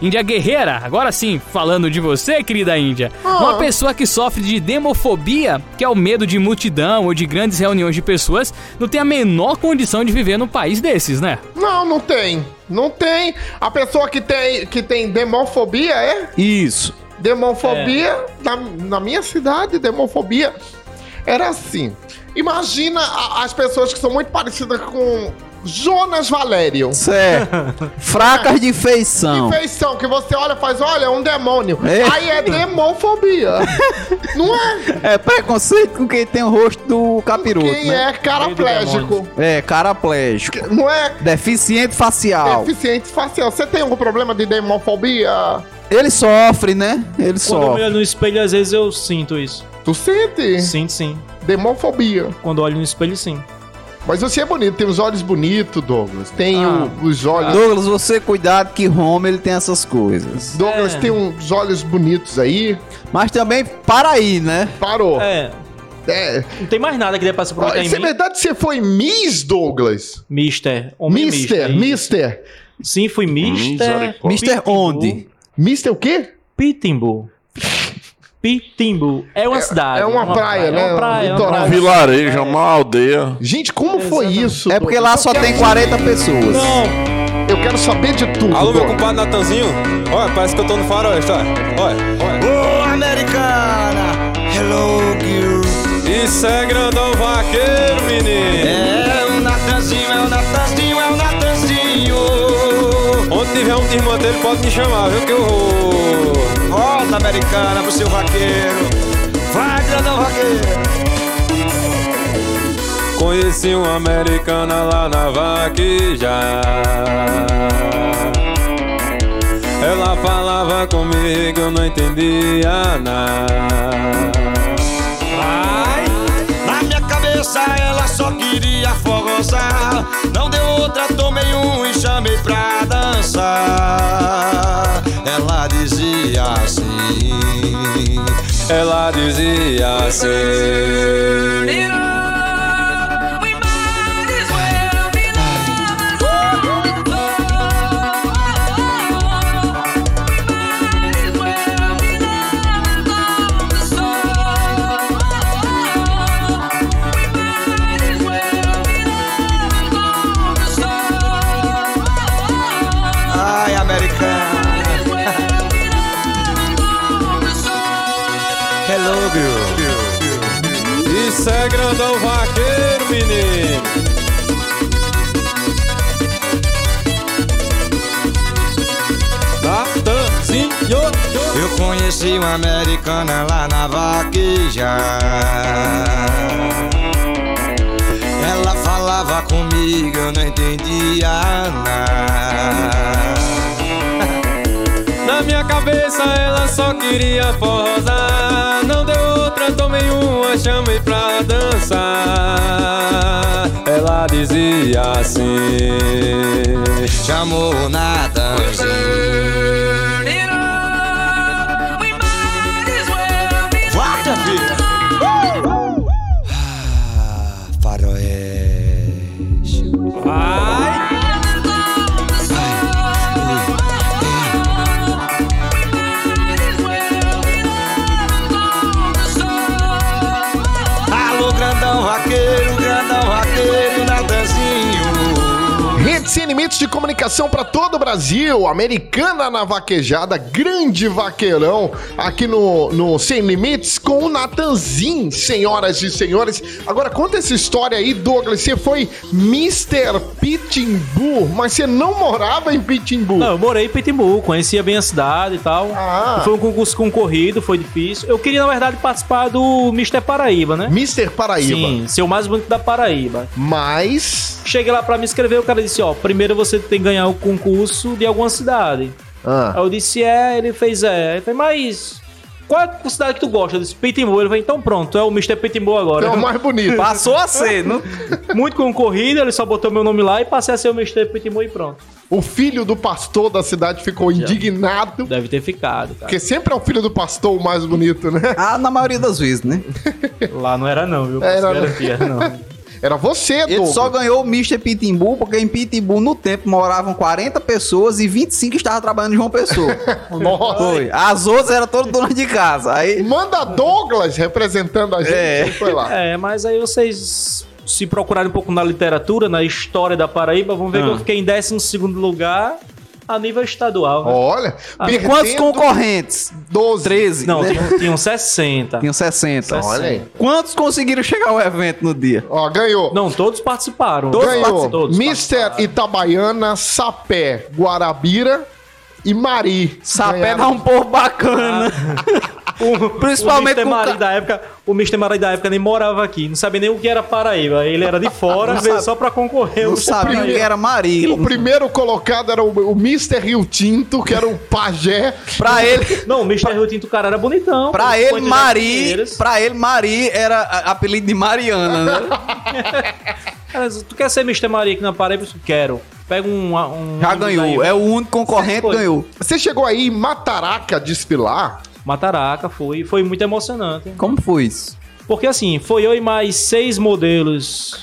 [SPEAKER 7] Índia Guerreira, agora sim, falando de você, querida Índia. Uma pessoa que sofre de demofobia, que é o medo de multidão ou de grandes reuniões de pessoas, não tem a menor condição de viver num país desses, né?
[SPEAKER 3] Não, não tem. Não tem. A pessoa que tem, que tem demofobia, é?
[SPEAKER 4] Isso.
[SPEAKER 3] Demofobia,
[SPEAKER 4] É.
[SPEAKER 3] na, na minha cidade, demofobia era assim. Imagina a- as pessoas que são muito parecidas com Jonas Valério.
[SPEAKER 4] Certo. é Fracas de feição.
[SPEAKER 3] Feição, que você olha e faz, olha, é um demônio.
[SPEAKER 4] É.
[SPEAKER 3] Aí é
[SPEAKER 4] <laughs>
[SPEAKER 3] demofobia. não é
[SPEAKER 4] É preconceito com quem tem o rosto do capiroto,
[SPEAKER 3] quem
[SPEAKER 4] né?
[SPEAKER 3] é caraplégico.
[SPEAKER 4] É, caraplégico.
[SPEAKER 3] Não é
[SPEAKER 4] Deficiente facial.
[SPEAKER 3] deficiente facial. Você tem algum problema de demofobia?
[SPEAKER 4] Ele sofre, né? Ele
[SPEAKER 6] Quando eu me
[SPEAKER 4] sofre.
[SPEAKER 6] olho no espelho, às vezes eu sinto isso.
[SPEAKER 3] Tu sente?
[SPEAKER 6] Sinto sim.
[SPEAKER 3] Demofobia.
[SPEAKER 6] Quando eu olho no espelho, sim.
[SPEAKER 3] Mas você é bonito, tem os olhos bonitos, Douglas. Tem
[SPEAKER 6] Ah.
[SPEAKER 3] o- os olhos.
[SPEAKER 4] Douglas, você cuidado que Roma ele tem essas coisas.
[SPEAKER 3] Douglas
[SPEAKER 6] É.
[SPEAKER 3] tem uns olhos bonitos aí.
[SPEAKER 4] Mas também para aí, né?
[SPEAKER 3] Parou. É.
[SPEAKER 6] É, não tem mais nada que dê pra se aproveitar em
[SPEAKER 3] Isso é
[SPEAKER 6] mim.
[SPEAKER 3] verdade, você foi Miss Douglas?
[SPEAKER 6] Mister. Um Homem
[SPEAKER 3] Mister,
[SPEAKER 6] mister.
[SPEAKER 3] Mister.
[SPEAKER 6] Sim, fui Mister.
[SPEAKER 5] Misericórdia.
[SPEAKER 4] Mister Onde?
[SPEAKER 3] Mister o quê?
[SPEAKER 6] Pitimbu. Pitimbu. É uma cidade.
[SPEAKER 3] é uma praia, né?
[SPEAKER 6] É uma praia. é uma
[SPEAKER 3] Litoral.
[SPEAKER 5] Um
[SPEAKER 6] praia.
[SPEAKER 5] vilarejo, uma
[SPEAKER 6] É.
[SPEAKER 5] aldeia.
[SPEAKER 3] Gente, como foi isso?
[SPEAKER 4] É porque
[SPEAKER 3] Douglas?
[SPEAKER 4] lá
[SPEAKER 3] Eu
[SPEAKER 4] só
[SPEAKER 3] quero-
[SPEAKER 4] tem 40 pessoas.
[SPEAKER 6] é Não,
[SPEAKER 3] Eu quero saber de tudo.
[SPEAKER 10] Alô, meu
[SPEAKER 3] Douglas.
[SPEAKER 10] compadre Natanzinho. Olha, parece que eu tô no faroeste, olha. Olha, olha. Ô, americana, hello, girl. Isso é grandão vaqueiro, menino. É, o Natanzinho, é o Natanzinho, é o Natanzinho. Onde tiver um desmanteiro, pode me chamar, viu, que eu vou. Volta, americana, pro seu vaqueiro. Vai, grandão vaqueiro. Conheci uma americana lá na vaquija. Ela falava comigo, eu não entendia nada. Na minha cabeça ela só queria forrozar. Não deu outra, tomei um e chamei pra dançar. Ela dizia assim. Ela dizia assim. Ai, americana. Hello, girl. Isso é grandão vaqueiro, menino. Natanzinho. Eu conheci uma americana lá na vaqueja. Ela falava comigo.
[SPEAKER 11] amiga, eu não entendia nada.
[SPEAKER 10] Na minha cabeça ela só queria forrosar. Não deu outra, tomei uma, chamei pra dançar. Ela dizia assim:
[SPEAKER 11] Chamou na dança.
[SPEAKER 2] Vaca,
[SPEAKER 11] Ah, Faroeste. Alô, grandão vaqueiro, grandão vaqueiro, nadanzinho.
[SPEAKER 3] Rede sem limites de comunicação para todo o Brasil. Americana na vaquejada, grande vaqueirão aqui no, no Sem Limites com o Natanzin, senhoras e senhores. Agora conta essa história aí, Douglas. Você foi Mr. Pitimbu, mas você não morava em Pitimbu.
[SPEAKER 6] Não, eu morei em Pitimbu, conhecia bem a cidade e tal.
[SPEAKER 3] Ah.
[SPEAKER 6] Foi um concurso concorrido, foi difícil. Eu queria, na verdade, participar do Mr. Paraíba, né?
[SPEAKER 3] Mr. Paraíba.
[SPEAKER 6] Sim, ser o mais bonito da Paraíba.
[SPEAKER 3] Mas.
[SPEAKER 6] Cheguei lá pra me inscrever, o cara disse: Ó, primeiro você tem que ganhar o concurso de alguma cidade.
[SPEAKER 3] ah,
[SPEAKER 6] Aí eu disse: É, ele fez é. Ele fez, mas. Qual é a cidade que tu gosta? Eu disse, Pitimbu. Ele falou, então pronto, é o Mr. Pitimbu agora.
[SPEAKER 3] É o mais bonito.
[SPEAKER 6] Passou a ser, não? <laughs> Muito concorrido, ele só botou meu nome lá e passei a ser o Mr. Pitimbu e pronto.
[SPEAKER 3] O filho do pastor da cidade ficou indignado.
[SPEAKER 6] Deve ter ficado, cara.
[SPEAKER 3] Porque sempre é o filho do pastor o mais bonito, né?
[SPEAKER 4] Ah, na maioria das vezes, né?
[SPEAKER 6] Lá não era não, viu?
[SPEAKER 3] Era-
[SPEAKER 6] Garantia, não.
[SPEAKER 3] Era você,
[SPEAKER 6] Tá
[SPEAKER 4] Ele
[SPEAKER 3] Douglas.
[SPEAKER 4] só ganhou o Mr. Pitimbu porque em Pitimbu, no tempo, moravam 40 pessoas e 25 estavam trabalhando em João
[SPEAKER 6] <laughs>
[SPEAKER 4] Pessoa.
[SPEAKER 3] Nossa.
[SPEAKER 4] Foi. As outras eram todas donas de casa. Aí...
[SPEAKER 3] Manda Douglas representando a gente. Ele Foi lá.
[SPEAKER 6] <laughs> É, mas aí vocês se procurarem um pouco na literatura, na história da Paraíba, vão ver que eu fiquei em 12 lugar a nível estadual. né?
[SPEAKER 3] Olha,
[SPEAKER 6] Ah,
[SPEAKER 3] perdendo
[SPEAKER 4] Quantos concorrentes?
[SPEAKER 3] 12.
[SPEAKER 4] 13.
[SPEAKER 6] Não, um
[SPEAKER 4] né?
[SPEAKER 6] tinham, tinham 60.
[SPEAKER 4] Tinham 60.
[SPEAKER 6] 60.
[SPEAKER 4] Olha aí. Quantos conseguiram chegar ao evento no dia?
[SPEAKER 3] Ó, ganhou.
[SPEAKER 6] Não, todos participaram.
[SPEAKER 4] Todos
[SPEAKER 3] ganhou.
[SPEAKER 4] participaram.
[SPEAKER 6] Todos Ah.
[SPEAKER 3] Mister Itabaiana, Sapé, Guarabira e Mari.
[SPEAKER 4] Sapé dá
[SPEAKER 3] Ganharam.
[SPEAKER 4] um povo bacana.
[SPEAKER 6] Ah. O,
[SPEAKER 4] Principalmente
[SPEAKER 6] o Mr.
[SPEAKER 4] com
[SPEAKER 6] Mari
[SPEAKER 4] ca-
[SPEAKER 6] da época, o Mr. Mari da época nem morava aqui, não sabia nem o que era Paraíba. Ele era de fora,
[SPEAKER 4] Não
[SPEAKER 6] veio
[SPEAKER 4] sabe- É.
[SPEAKER 6] só pra concorrer.
[SPEAKER 4] Eu
[SPEAKER 6] O
[SPEAKER 4] sabia
[SPEAKER 6] Paraíba.
[SPEAKER 4] que era
[SPEAKER 3] O
[SPEAKER 4] marido.
[SPEAKER 3] primeiro colocado era o, o Mr. Rio Tinto, que era o pajé.
[SPEAKER 4] Pra ele,
[SPEAKER 6] Não, o Mr. Rio Tinto, o cara era bonitão.
[SPEAKER 4] pra
[SPEAKER 6] pô,
[SPEAKER 4] ele,
[SPEAKER 6] foi de
[SPEAKER 4] Mari,
[SPEAKER 6] Jaqueiras.
[SPEAKER 4] pra ele, Mari era a- apelido de Mariana, né?
[SPEAKER 6] Cara, tu quer ser Mr. Mari aqui na Paraíba? Eu disse, Quero. Pega um. um
[SPEAKER 4] Já
[SPEAKER 6] um
[SPEAKER 4] ganhou.
[SPEAKER 6] daí.
[SPEAKER 4] É o único concorrente que
[SPEAKER 6] Foi.
[SPEAKER 4] ganhou.
[SPEAKER 3] Você chegou aí em Mataraca desfilar?
[SPEAKER 6] Mataraca, foi. Foi muito emocionante.
[SPEAKER 4] Como foi isso?
[SPEAKER 6] Porque assim, foi eu e mais seis
[SPEAKER 4] <laughs>
[SPEAKER 6] modelos.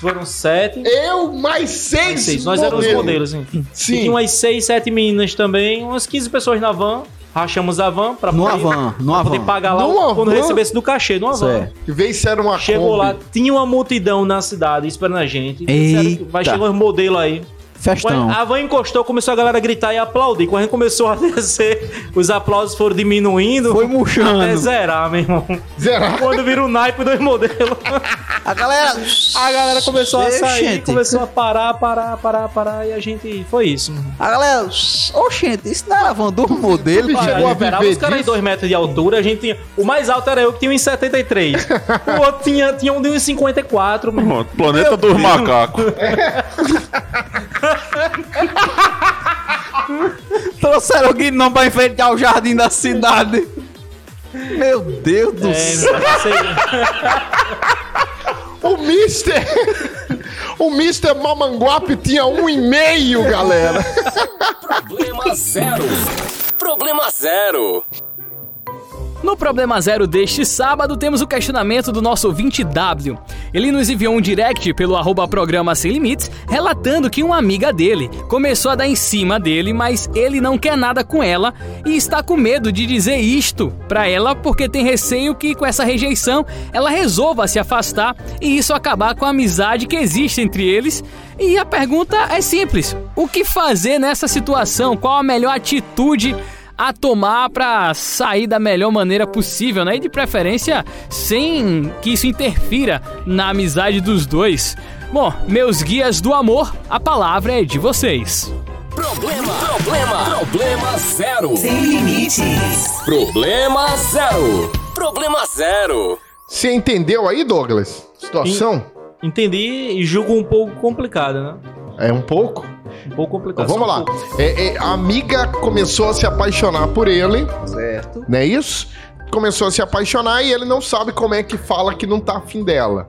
[SPEAKER 6] Foram sete.
[SPEAKER 3] Eu mais seis,
[SPEAKER 6] Mais seis. Nós éramos
[SPEAKER 3] modelos.
[SPEAKER 6] modelos, hein?
[SPEAKER 3] Sim.
[SPEAKER 6] E tinha umas seis, sete meninas também, umas 15 pessoas na van. Rachamos a van pra
[SPEAKER 4] Numa van, numa
[SPEAKER 6] pra poder
[SPEAKER 4] van.
[SPEAKER 6] pagar lá
[SPEAKER 3] Numa
[SPEAKER 6] quando
[SPEAKER 3] van?
[SPEAKER 6] recebesse do cachê, numa van.
[SPEAKER 4] Certo.
[SPEAKER 3] Que veio se era uma Kombi.
[SPEAKER 6] Chegou lá, tinha uma multidão na cidade esperando a gente. Disseram que Vai
[SPEAKER 4] Eita.
[SPEAKER 6] chegar os modelos aí.
[SPEAKER 4] Festão.
[SPEAKER 6] Quando a van encostou, começou a galera a gritar e aplaudir. Quando a gente começou a <laughs> descer, os aplausos foram diminuindo.
[SPEAKER 4] Foi murchando.
[SPEAKER 6] Até zerar, meu irmão.
[SPEAKER 3] Zerar.
[SPEAKER 6] Quando vira o naipe dos modelos.
[SPEAKER 4] A galera.
[SPEAKER 6] <laughs> A galera começou a
[SPEAKER 4] Oxente.
[SPEAKER 6] sair, começou a parar, parar, parar, parar, e a gente. Foi isso.
[SPEAKER 4] A galera. Oxente, isso não era van do modelo,
[SPEAKER 3] Ele
[SPEAKER 6] Olha,
[SPEAKER 3] chegou a
[SPEAKER 6] eu esperava
[SPEAKER 3] viver
[SPEAKER 6] os caras de
[SPEAKER 3] disso?
[SPEAKER 6] 2 metros de altura, a gente tinha. O mais alto era eu que tinha 1,73. O outro tinha, tinha um de 1,54, meu irmão.
[SPEAKER 5] Pronto, Planeta dos Macacos.
[SPEAKER 4] Trouxeram o Guinão pra enfrentar o jardim da cidade. Meu Deus do
[SPEAKER 6] É,
[SPEAKER 4] céu.
[SPEAKER 6] meu irmão, sei-
[SPEAKER 3] O Mister. <laughs> o Mister Mamanguape tinha um e meio, galera.
[SPEAKER 1] Problema zero. Problema zero.
[SPEAKER 7] No Problema Zero deste sábado, temos o questionamento do nosso ouvinte W. Ele nos enviou um direct pelo arroba programa Sem Limites, relatando que uma amiga dele começou a dar em cima dele, mas ele não quer nada com ela e está com medo de dizer isto pra ela, porque tem receio que com essa rejeição ela resolva se afastar e isso acabar com a amizade que existe entre eles. E a pergunta é simples: o que fazer nessa situação? Qual a melhor atitude? a tomar pra sair da melhor maneira possível, né? E de preferência sem que isso interfira na amizade dos dois. Bom, meus guias do amor, a palavra é de vocês.
[SPEAKER 1] Problema. Problema. Problema zero. Sem limites. Problema zero. Problema zero.
[SPEAKER 3] Você entendeu aí, Douglas? Situação?
[SPEAKER 6] entendi e julgo um pouco complicada, né?
[SPEAKER 3] É um pouco?
[SPEAKER 6] Um pouco complicado.
[SPEAKER 3] Então, Vamos
[SPEAKER 6] só um
[SPEAKER 3] lá.
[SPEAKER 6] pouco.
[SPEAKER 3] É, é, a amiga começou a se apaixonar por ele,
[SPEAKER 4] Certo.
[SPEAKER 3] não é isso? Começou a se apaixonar e ele não sabe como é que fala que não tá afim dela.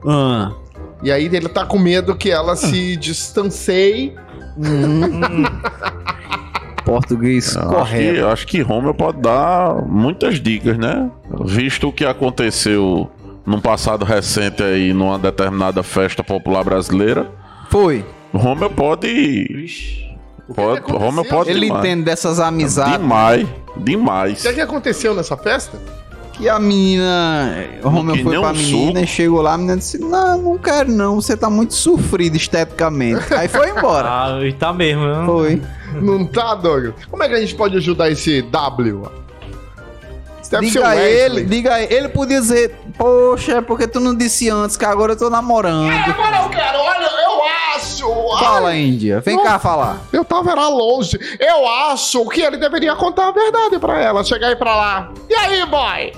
[SPEAKER 3] E aí ele tá com medo que ela se distancie.
[SPEAKER 4] Português
[SPEAKER 6] Tá
[SPEAKER 5] Acho que,
[SPEAKER 4] correto.
[SPEAKER 5] acho que Romeu pode dar muitas dicas, né? Visto o que aconteceu num passado recente aí, numa determinada festa popular brasileira,
[SPEAKER 4] Foi.
[SPEAKER 5] Romeu pode. pode Romeu pode
[SPEAKER 4] Ele
[SPEAKER 5] demais.
[SPEAKER 4] entende dessas amizades.
[SPEAKER 5] Demais,
[SPEAKER 3] O
[SPEAKER 5] demais.
[SPEAKER 3] que, é que aconteceu nessa festa?
[SPEAKER 4] Que a menina. O Romeu
[SPEAKER 5] que
[SPEAKER 4] foi
[SPEAKER 5] nem
[SPEAKER 4] pra
[SPEAKER 5] um
[SPEAKER 4] menina e chegou lá, a menina disse: Não, não quero não, você tá muito
[SPEAKER 3] <laughs>
[SPEAKER 4] sofrido esteticamente. Aí foi embora.
[SPEAKER 6] Ah, e tá mesmo, né?
[SPEAKER 4] Foi.
[SPEAKER 3] Não tá, Douglas? Como é que a gente pode ajudar esse W? Isso Deve ser o
[SPEAKER 4] diga a
[SPEAKER 3] Wesley.
[SPEAKER 4] ele, diga a ele. Ele podia dizer: Poxa, é porque tu não disse antes que agora eu tô namorando.
[SPEAKER 3] Agora eu quero, olha, eu acho.
[SPEAKER 4] Fala, Índia. Vem cá falar.
[SPEAKER 3] <laughs> Eu tava era longe. Eu acho que ele deveria contar a verdade pra ela. Chegar aí pra lá. E aí, boy?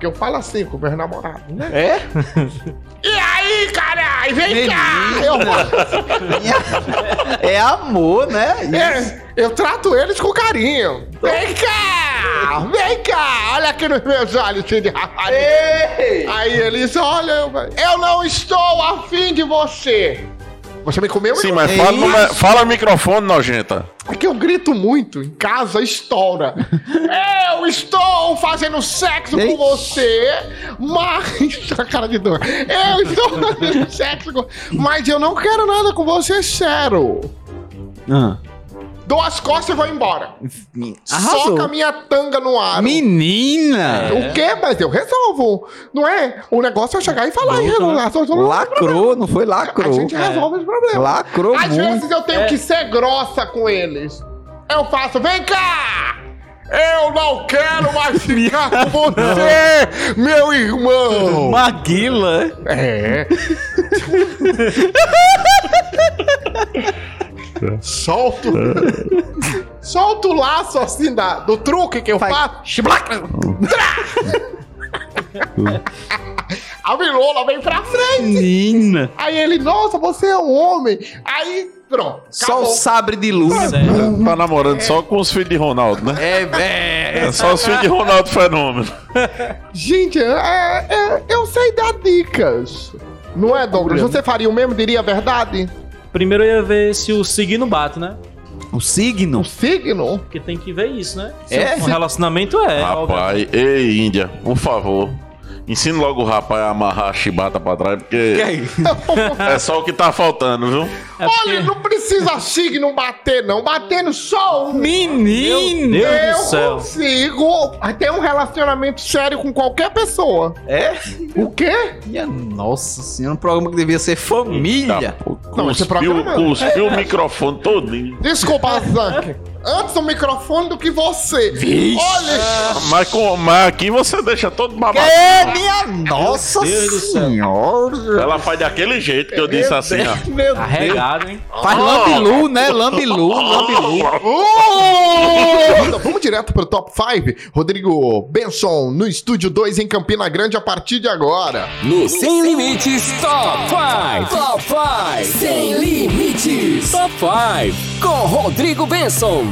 [SPEAKER 3] Que eu falo assim com meus namorados, né?
[SPEAKER 4] É?
[SPEAKER 3] E aí, caralho? Vem cá! Eu, falo- assim,
[SPEAKER 4] É amor, né?
[SPEAKER 3] é, eu trato eles com carinho. Vem cá! Vem cá! Olha aqui nos meus olhos, filho. Aí eles olham. Eu não estou afim de você. Você me comeu?
[SPEAKER 5] Sim, mas
[SPEAKER 4] É
[SPEAKER 5] fala, no, me- fala no microfone, nojenta.
[SPEAKER 3] É que eu grito muito, em casa
[SPEAKER 4] <laughs>
[SPEAKER 3] estoura. eu estou fazendo sexo
[SPEAKER 4] Ei.
[SPEAKER 3] com você, mas. <laughs> A cara de dor. Eu estou fazendo sexo com. Mas eu não quero nada com você, sério. É.
[SPEAKER 4] Ah.
[SPEAKER 3] Dou as costas e vou embora. Soca a
[SPEAKER 4] Arrasou.
[SPEAKER 3] minha tanga no ar.
[SPEAKER 4] Menina!
[SPEAKER 3] O quê? Mas eu resolvo. Não é? O negócio é chegar e falar
[SPEAKER 4] tá.
[SPEAKER 3] e resolver.
[SPEAKER 4] Lacrou, não foi
[SPEAKER 3] A
[SPEAKER 4] lacrou.
[SPEAKER 3] gente resolve os problemas.
[SPEAKER 4] Lacrou
[SPEAKER 3] Às
[SPEAKER 4] muito.
[SPEAKER 3] vezes eu tenho que ser grossa com eles. Eu faço, vem cá! Eu não quero
[SPEAKER 4] <laughs>
[SPEAKER 3] mais ficar com você, meu irmão!
[SPEAKER 4] Maguila.
[SPEAKER 3] É. Solto. Solto o laço assim da, do truque que eu faço. <laughs> Shiblac! Trá! A virola vem pra frente.
[SPEAKER 4] Menina.
[SPEAKER 3] Aí ele, nossa, você é um homem. Aí, pronto.
[SPEAKER 4] É. Só o
[SPEAKER 3] acabou. é.
[SPEAKER 4] sabre de luz.
[SPEAKER 5] Tá namorando só com os filhos de Ronaldo, né?
[SPEAKER 4] É, é.
[SPEAKER 5] É só os filhos de Ronaldo Fenômeno.
[SPEAKER 3] Gente, é- é- eu sei dar dicas. Não
[SPEAKER 4] Tá
[SPEAKER 3] é, Douglas? Você faria o mesmo, diria a verdade?
[SPEAKER 6] Primeiro eu ia ver se o signo bate, né?
[SPEAKER 4] O signo.
[SPEAKER 3] O
[SPEAKER 4] <laughs>
[SPEAKER 3] signo?
[SPEAKER 6] Porque tem que ver isso, né? Se
[SPEAKER 4] É?
[SPEAKER 6] Um relacionamento é. óbvio.
[SPEAKER 5] Rapaz, ei, Índia, por favor. Ensina logo o rapaz a amarrar a chibata pra trás, porque é só o que tá faltando, viu?
[SPEAKER 6] É porque-
[SPEAKER 3] <laughs> Olha, não precisa signo bater, não. Batendo só
[SPEAKER 4] <laughs>
[SPEAKER 3] um.
[SPEAKER 6] Meu
[SPEAKER 4] Menina.
[SPEAKER 6] Deus
[SPEAKER 3] Eu
[SPEAKER 6] do céu.
[SPEAKER 3] consigo ter um relacionamento sério com qualquer pessoa.
[SPEAKER 4] É?
[SPEAKER 3] O quê?
[SPEAKER 4] Minha nossa senhora, um programa que devia ser família.
[SPEAKER 5] Tá, pô,
[SPEAKER 3] Não, esse
[SPEAKER 5] Cuspiu,
[SPEAKER 3] programa-
[SPEAKER 5] cuspiu o microfone todinho.
[SPEAKER 3] Desculpa, Zank. Antes o microfone do que você. Olha,
[SPEAKER 5] Mas, com, mas aqui você deixa todo babado.
[SPEAKER 4] É, minha nossa
[SPEAKER 6] Deus do céu.
[SPEAKER 4] senhora.
[SPEAKER 5] Ela faz daquele jeito que eu disse assim, ó.
[SPEAKER 4] Meu
[SPEAKER 6] Carregado, hein?
[SPEAKER 4] Faz lambilu, né? Lambilu, lambilu.
[SPEAKER 3] Uh! tá Vamos direto pro top 5. Rodrigo Benson no estúdio 2 em Campina Grande a partir de agora.
[SPEAKER 1] No Sem Limites Top 5. Top 5. Sem Limites. Top 5. Com Rodrigo Benson.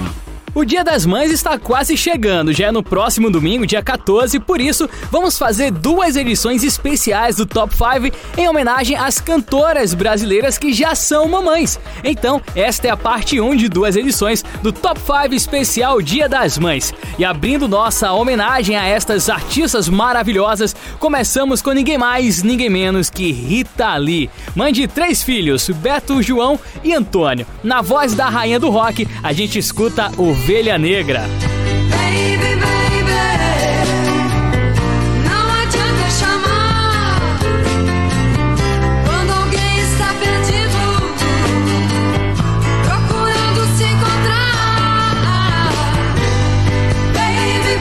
[SPEAKER 7] O Dia das Mães está quase chegando, já é no próximo domingo, dia 14, por isso vamos fazer duas edições especiais do Top 5 em homenagem às cantoras brasileiras que já são mamães. Então, esta é a parte 1 de duas edições do Top 5 especial Dia das Mães. E abrindo nossa homenagem a estas artistas maravilhosas, começamos com ninguém mais, ninguém menos que Rita Lee, mãe de três filhos, Beto, João e Antônio. Na voz da rainha do rock, a gente escuta Ovelha Negra.
[SPEAKER 2] Baby, baby, não adianta chamar quando alguém está perdido, procurando se encontrar. Baby,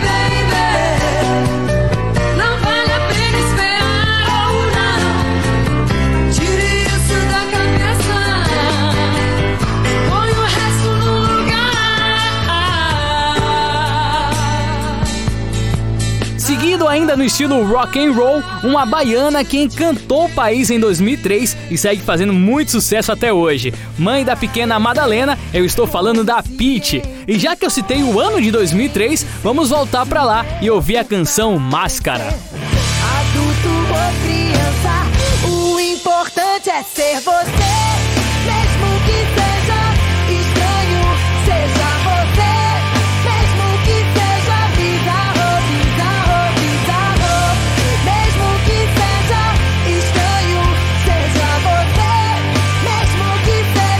[SPEAKER 2] baby, não vale a pena esperar ou não. Tire isso da cabeça. Põe o resto no lugar.
[SPEAKER 7] no estilo rock and roll, uma baiana que encantou o país em 2003 e segue fazendo muito sucesso até hoje. Mãe da pequena Madalena, eu estou falando da Pete. E já que eu citei o ano de 2003, vamos voltar pra lá e ouvir a canção Máscara.
[SPEAKER 2] Adulto ou criança, o importante é ser você. Mesmo que seja estranho, seja você. Mesmo que seja bizarro, bizarro, bizarro. Mesmo que seja estranho, seja você. Mesmo que seja.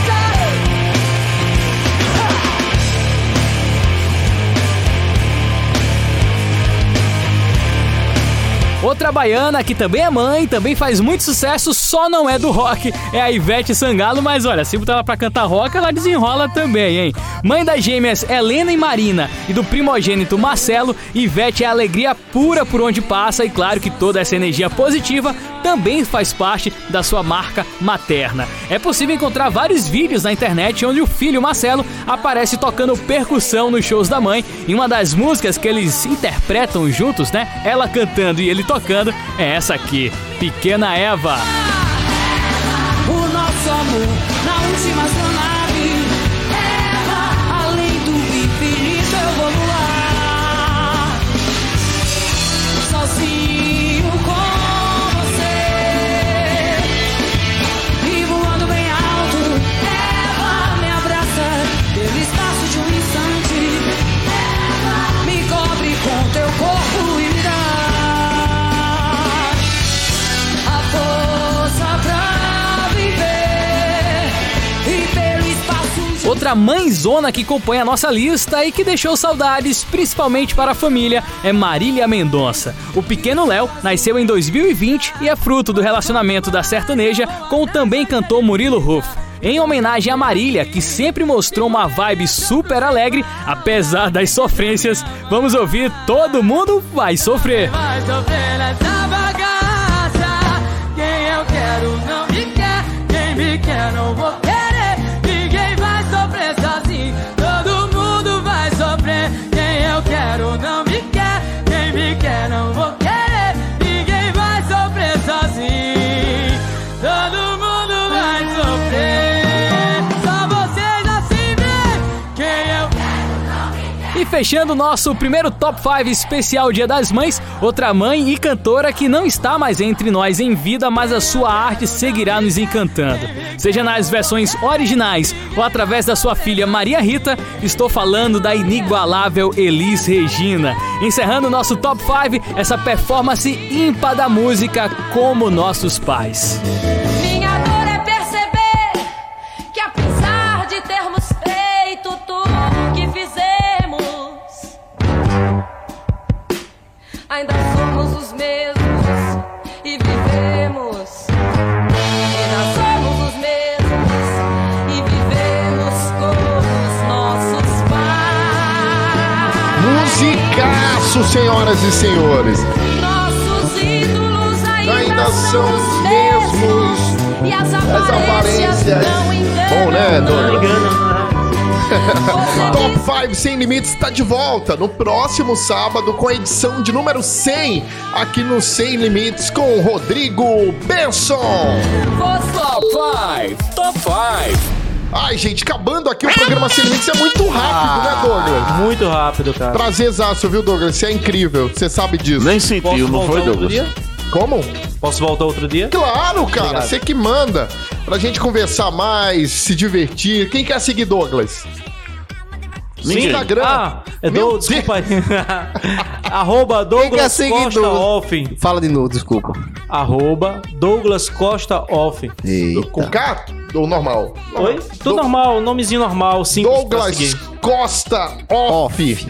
[SPEAKER 7] Outra baiana que também é mãe, também faz muito sucesso, só não é do rock, é a Ivete Sangalo, mas olha, se botar ela pra cantar rock, ela desenrola também, hein? Mãe das gêmeas Helena e Marina e do primogênito Marcelo, Ivete é alegria pura por onde passa e claro que toda essa energia positiva também faz parte da sua marca materna. É possível encontrar vários vídeos na internet onde o filho Marcelo aparece tocando percussão nos shows da mãe e uma das músicas que eles interpretam juntos, né? Ela cantando e ele tocando é essa aqui, Pequena Eva.
[SPEAKER 2] O nosso amor na última sonave Eva, além do infinito eu vou voar Sozinho com você E voando bem alto Eva, me abraça Pelo espaço de um instante Eva, me cobre com teu corpo e me dá a força pra viver e pelo espaço de
[SPEAKER 7] Outra mãezona que compõe a nossa lista e que deixou saudades, principalmente para a família, é Marília Mendonça. O pequeno Léo nasceu em 2020 e é fruto do relacionamento da sertaneja com o também cantor Murilo Ruff. Em homenagem a Marília, que sempre mostrou uma vibe super alegre, apesar das sofrências, vamos ouvir Todo Mundo Vai Sofrer.
[SPEAKER 2] Vai sofrer essa bagaça. Quem eu quero não me quer. Quem me quer não vou querer. Ninguém vai sofrer sozinho. Todo mundo vai sofrer. Quem eu quero não me quer. Quem me quer não vou querer. Ninguém vai sofrer sozinho. Todo mundo vai sofrer. Só vocês assim vê. Quem eu
[SPEAKER 7] E fechando o nosso primeiro Top 5 especial Dia das Mães, outra mãe e cantora que não está mais entre nós em vida, mas a sua arte seguirá nos encantando. Seja nas versões originais ou através da sua filha Maria Rita, estou falando da inigualável Elis Regina. Encerrando o nosso Top 5, essa performance ímpar da música Como Nossos Pais.
[SPEAKER 2] Minha dor é perceber que apesar de termos feito tudo o que fizemos, ainda somos os mesmos e vivemos. Ainda somos os mesmos e vivemos como os nossos pais.
[SPEAKER 3] Musicaço, senhoras e senhores.
[SPEAKER 2] Nossos ídolos ainda,
[SPEAKER 3] Ainda são os mesmos.
[SPEAKER 2] E as
[SPEAKER 3] As
[SPEAKER 2] aparências,
[SPEAKER 3] aparências.
[SPEAKER 2] não enganam.
[SPEAKER 3] Bom, né, Douglas? Top 5 Sem Limites está de volta no próximo sábado com a edição de número 100 aqui no Sem Limites com o Rodrigo Benson.
[SPEAKER 1] Top 5, Top 5.
[SPEAKER 3] Ai, gente, acabando aqui o programa Sem Limites é muito rápido, né, Douglas?
[SPEAKER 6] Muito rápido, cara.
[SPEAKER 3] Prazerzaço, viu, Douglas? Você é incrível, você sabe disso.
[SPEAKER 5] Nem sentiu, não
[SPEAKER 4] um
[SPEAKER 5] foi,
[SPEAKER 6] outro
[SPEAKER 5] Douglas?
[SPEAKER 6] dia?
[SPEAKER 3] Como?
[SPEAKER 6] Posso voltar outro dia?
[SPEAKER 3] Claro, cara,
[SPEAKER 6] Obrigado.
[SPEAKER 3] você que manda. Pra gente conversar mais, se divertir. Quem quer seguir Douglas?
[SPEAKER 5] Ninguém.
[SPEAKER 3] Instagram.
[SPEAKER 6] Ah, é
[SPEAKER 3] Meu
[SPEAKER 6] Dou,
[SPEAKER 3] Deus.
[SPEAKER 6] desculpa aí. arroba Douglas
[SPEAKER 4] Fica
[SPEAKER 6] Costa
[SPEAKER 4] seguidor.
[SPEAKER 6] Off.
[SPEAKER 4] Fala de novo, desculpa.
[SPEAKER 6] Arroba Douglas Costa Off.
[SPEAKER 3] Com
[SPEAKER 4] Eita.
[SPEAKER 3] K ou normal?
[SPEAKER 6] Oi? Tudo normal, Tá nomezinho normal, simples pra
[SPEAKER 3] Douglas
[SPEAKER 6] seguir.
[SPEAKER 3] Costa Off.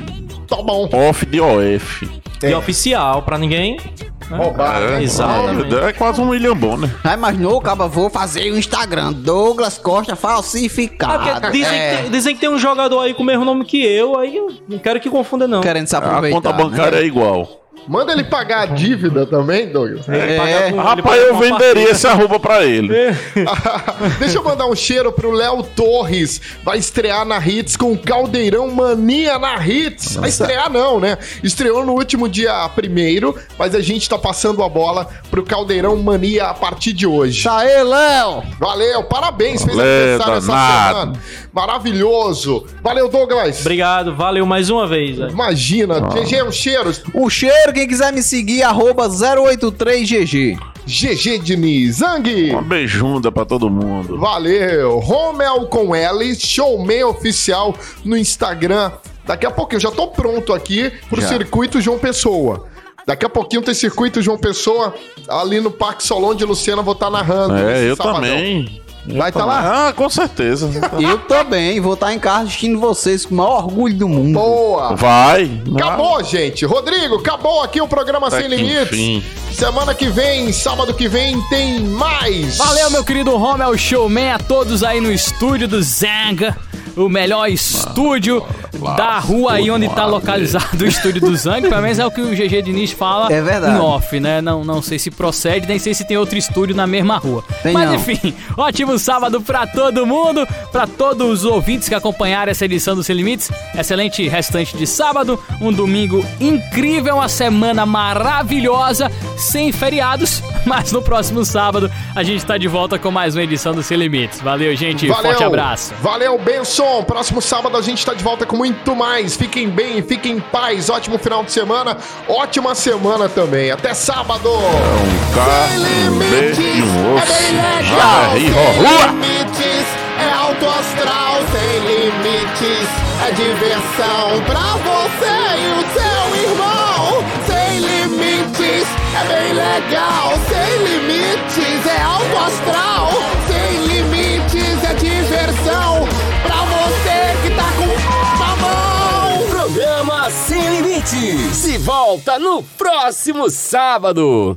[SPEAKER 3] Tá bom.
[SPEAKER 5] Off de OF.
[SPEAKER 6] E é oficial pra ninguém.
[SPEAKER 3] Roubado, hein?
[SPEAKER 6] Exatamente.
[SPEAKER 5] É, é quase um milhão bom, né?
[SPEAKER 4] Já imaginou, caba? Vou fazer o Instagram. Douglas Costa
[SPEAKER 6] Ah,
[SPEAKER 4] falsificado.
[SPEAKER 6] porque dizem,
[SPEAKER 4] É,
[SPEAKER 6] que tem, dizem que tem um jogador aí com o mesmo nome que eu, aí eu não quero que confunda, não.
[SPEAKER 4] Querendo se
[SPEAKER 5] A
[SPEAKER 4] aproveitar. né?
[SPEAKER 5] conta bancária é igual.
[SPEAKER 3] Manda ele pagar a dívida também, Douglas.
[SPEAKER 5] É, rapaz, eu venderia essa roupa pra ele.
[SPEAKER 3] <laughs> Deixa eu mandar um cheiro pro Léo Torres. Vai estrear na Hits com Caldeirão Mania na Hits. Vai estrear não, né? Estreou no último dia primeiro, mas a gente tá passando a bola pro Caldeirão Mania a partir de hoje. Tá
[SPEAKER 4] aí, Léo!
[SPEAKER 3] Valeu, parabéns, fez
[SPEAKER 5] Valeu,
[SPEAKER 3] aniversário essa
[SPEAKER 5] danado.
[SPEAKER 3] semana. Maravilhoso. Valeu, Douglas.
[SPEAKER 6] Obrigado, valeu mais uma vez. velho.
[SPEAKER 3] Imagina, GG é um cheiro.
[SPEAKER 4] O cheiro, quem quiser me seguir, arroba 083GG.
[SPEAKER 3] GG Diniz, Zang.
[SPEAKER 5] Uma beijunda pra todo mundo.
[SPEAKER 3] Valeu! Romel com L, showman oficial no Instagram. Daqui a pouquinho, já tô pronto aqui pro
[SPEAKER 5] Já.
[SPEAKER 3] circuito João Pessoa. Daqui a pouquinho tem circuito João Pessoa ali no Parque Solon de Lucena, vou estar narrando. esse
[SPEAKER 5] É, eu
[SPEAKER 3] sabadão.
[SPEAKER 5] também. Eu
[SPEAKER 3] Vai tá
[SPEAKER 5] também.
[SPEAKER 3] lá? tá
[SPEAKER 5] Ah, com certeza.
[SPEAKER 4] Eu também vou estar em casa assistindo vocês com o maior orgulho do mundo.
[SPEAKER 3] Boa!
[SPEAKER 5] Vai.
[SPEAKER 3] Acabou, gente. Rodrigo, acabou aqui o programa
[SPEAKER 5] Até
[SPEAKER 3] Sem
[SPEAKER 5] que
[SPEAKER 3] Limites.
[SPEAKER 5] Tá enfim.
[SPEAKER 3] Semana que vem, sábado que vem, tem mais.
[SPEAKER 7] Valeu, meu querido Romel Showman, a todos aí no estúdio do Zanga, o melhor estúdio da rua aí onde tá localizado o estúdio do Zanga. Pelo menos é o que o GG Diniz fala
[SPEAKER 4] É verdade.
[SPEAKER 7] em off, né? Não, não sei se procede, nem sei se tem outro estúdio na mesma rua.
[SPEAKER 4] Tem
[SPEAKER 7] Mas
[SPEAKER 4] não.
[SPEAKER 7] enfim, <laughs> ótimo sábado pra todo mundo, pra todos os ouvintes que acompanharam essa edição do Sem Limites. Excelente restante de sábado, um domingo incrível, uma semana maravilhosa, sem feriados, <laughs> mas no próximo sábado a gente tá de volta com mais uma edição do Sem Limites. Valeu, gente. Forte abraço.
[SPEAKER 3] Valeu, Benson. Próximo sábado a gente tá de volta com muito mais. Fiquem bem, fiquem em paz. Ótimo final de semana. Ótima semana também. Até sábado. É
[SPEAKER 5] Cá, um beijo e um osso. Já ri, ó, rua.
[SPEAKER 3] limites, é alto astral sem limites. É diversão pra você e o seu irmão. Sem limites, é bem legal. Sem limites, é alto astral. Sem limites, é diversão pra você que tá com a mão.
[SPEAKER 1] Programa Sem Limites. Se volta no próximo sábado.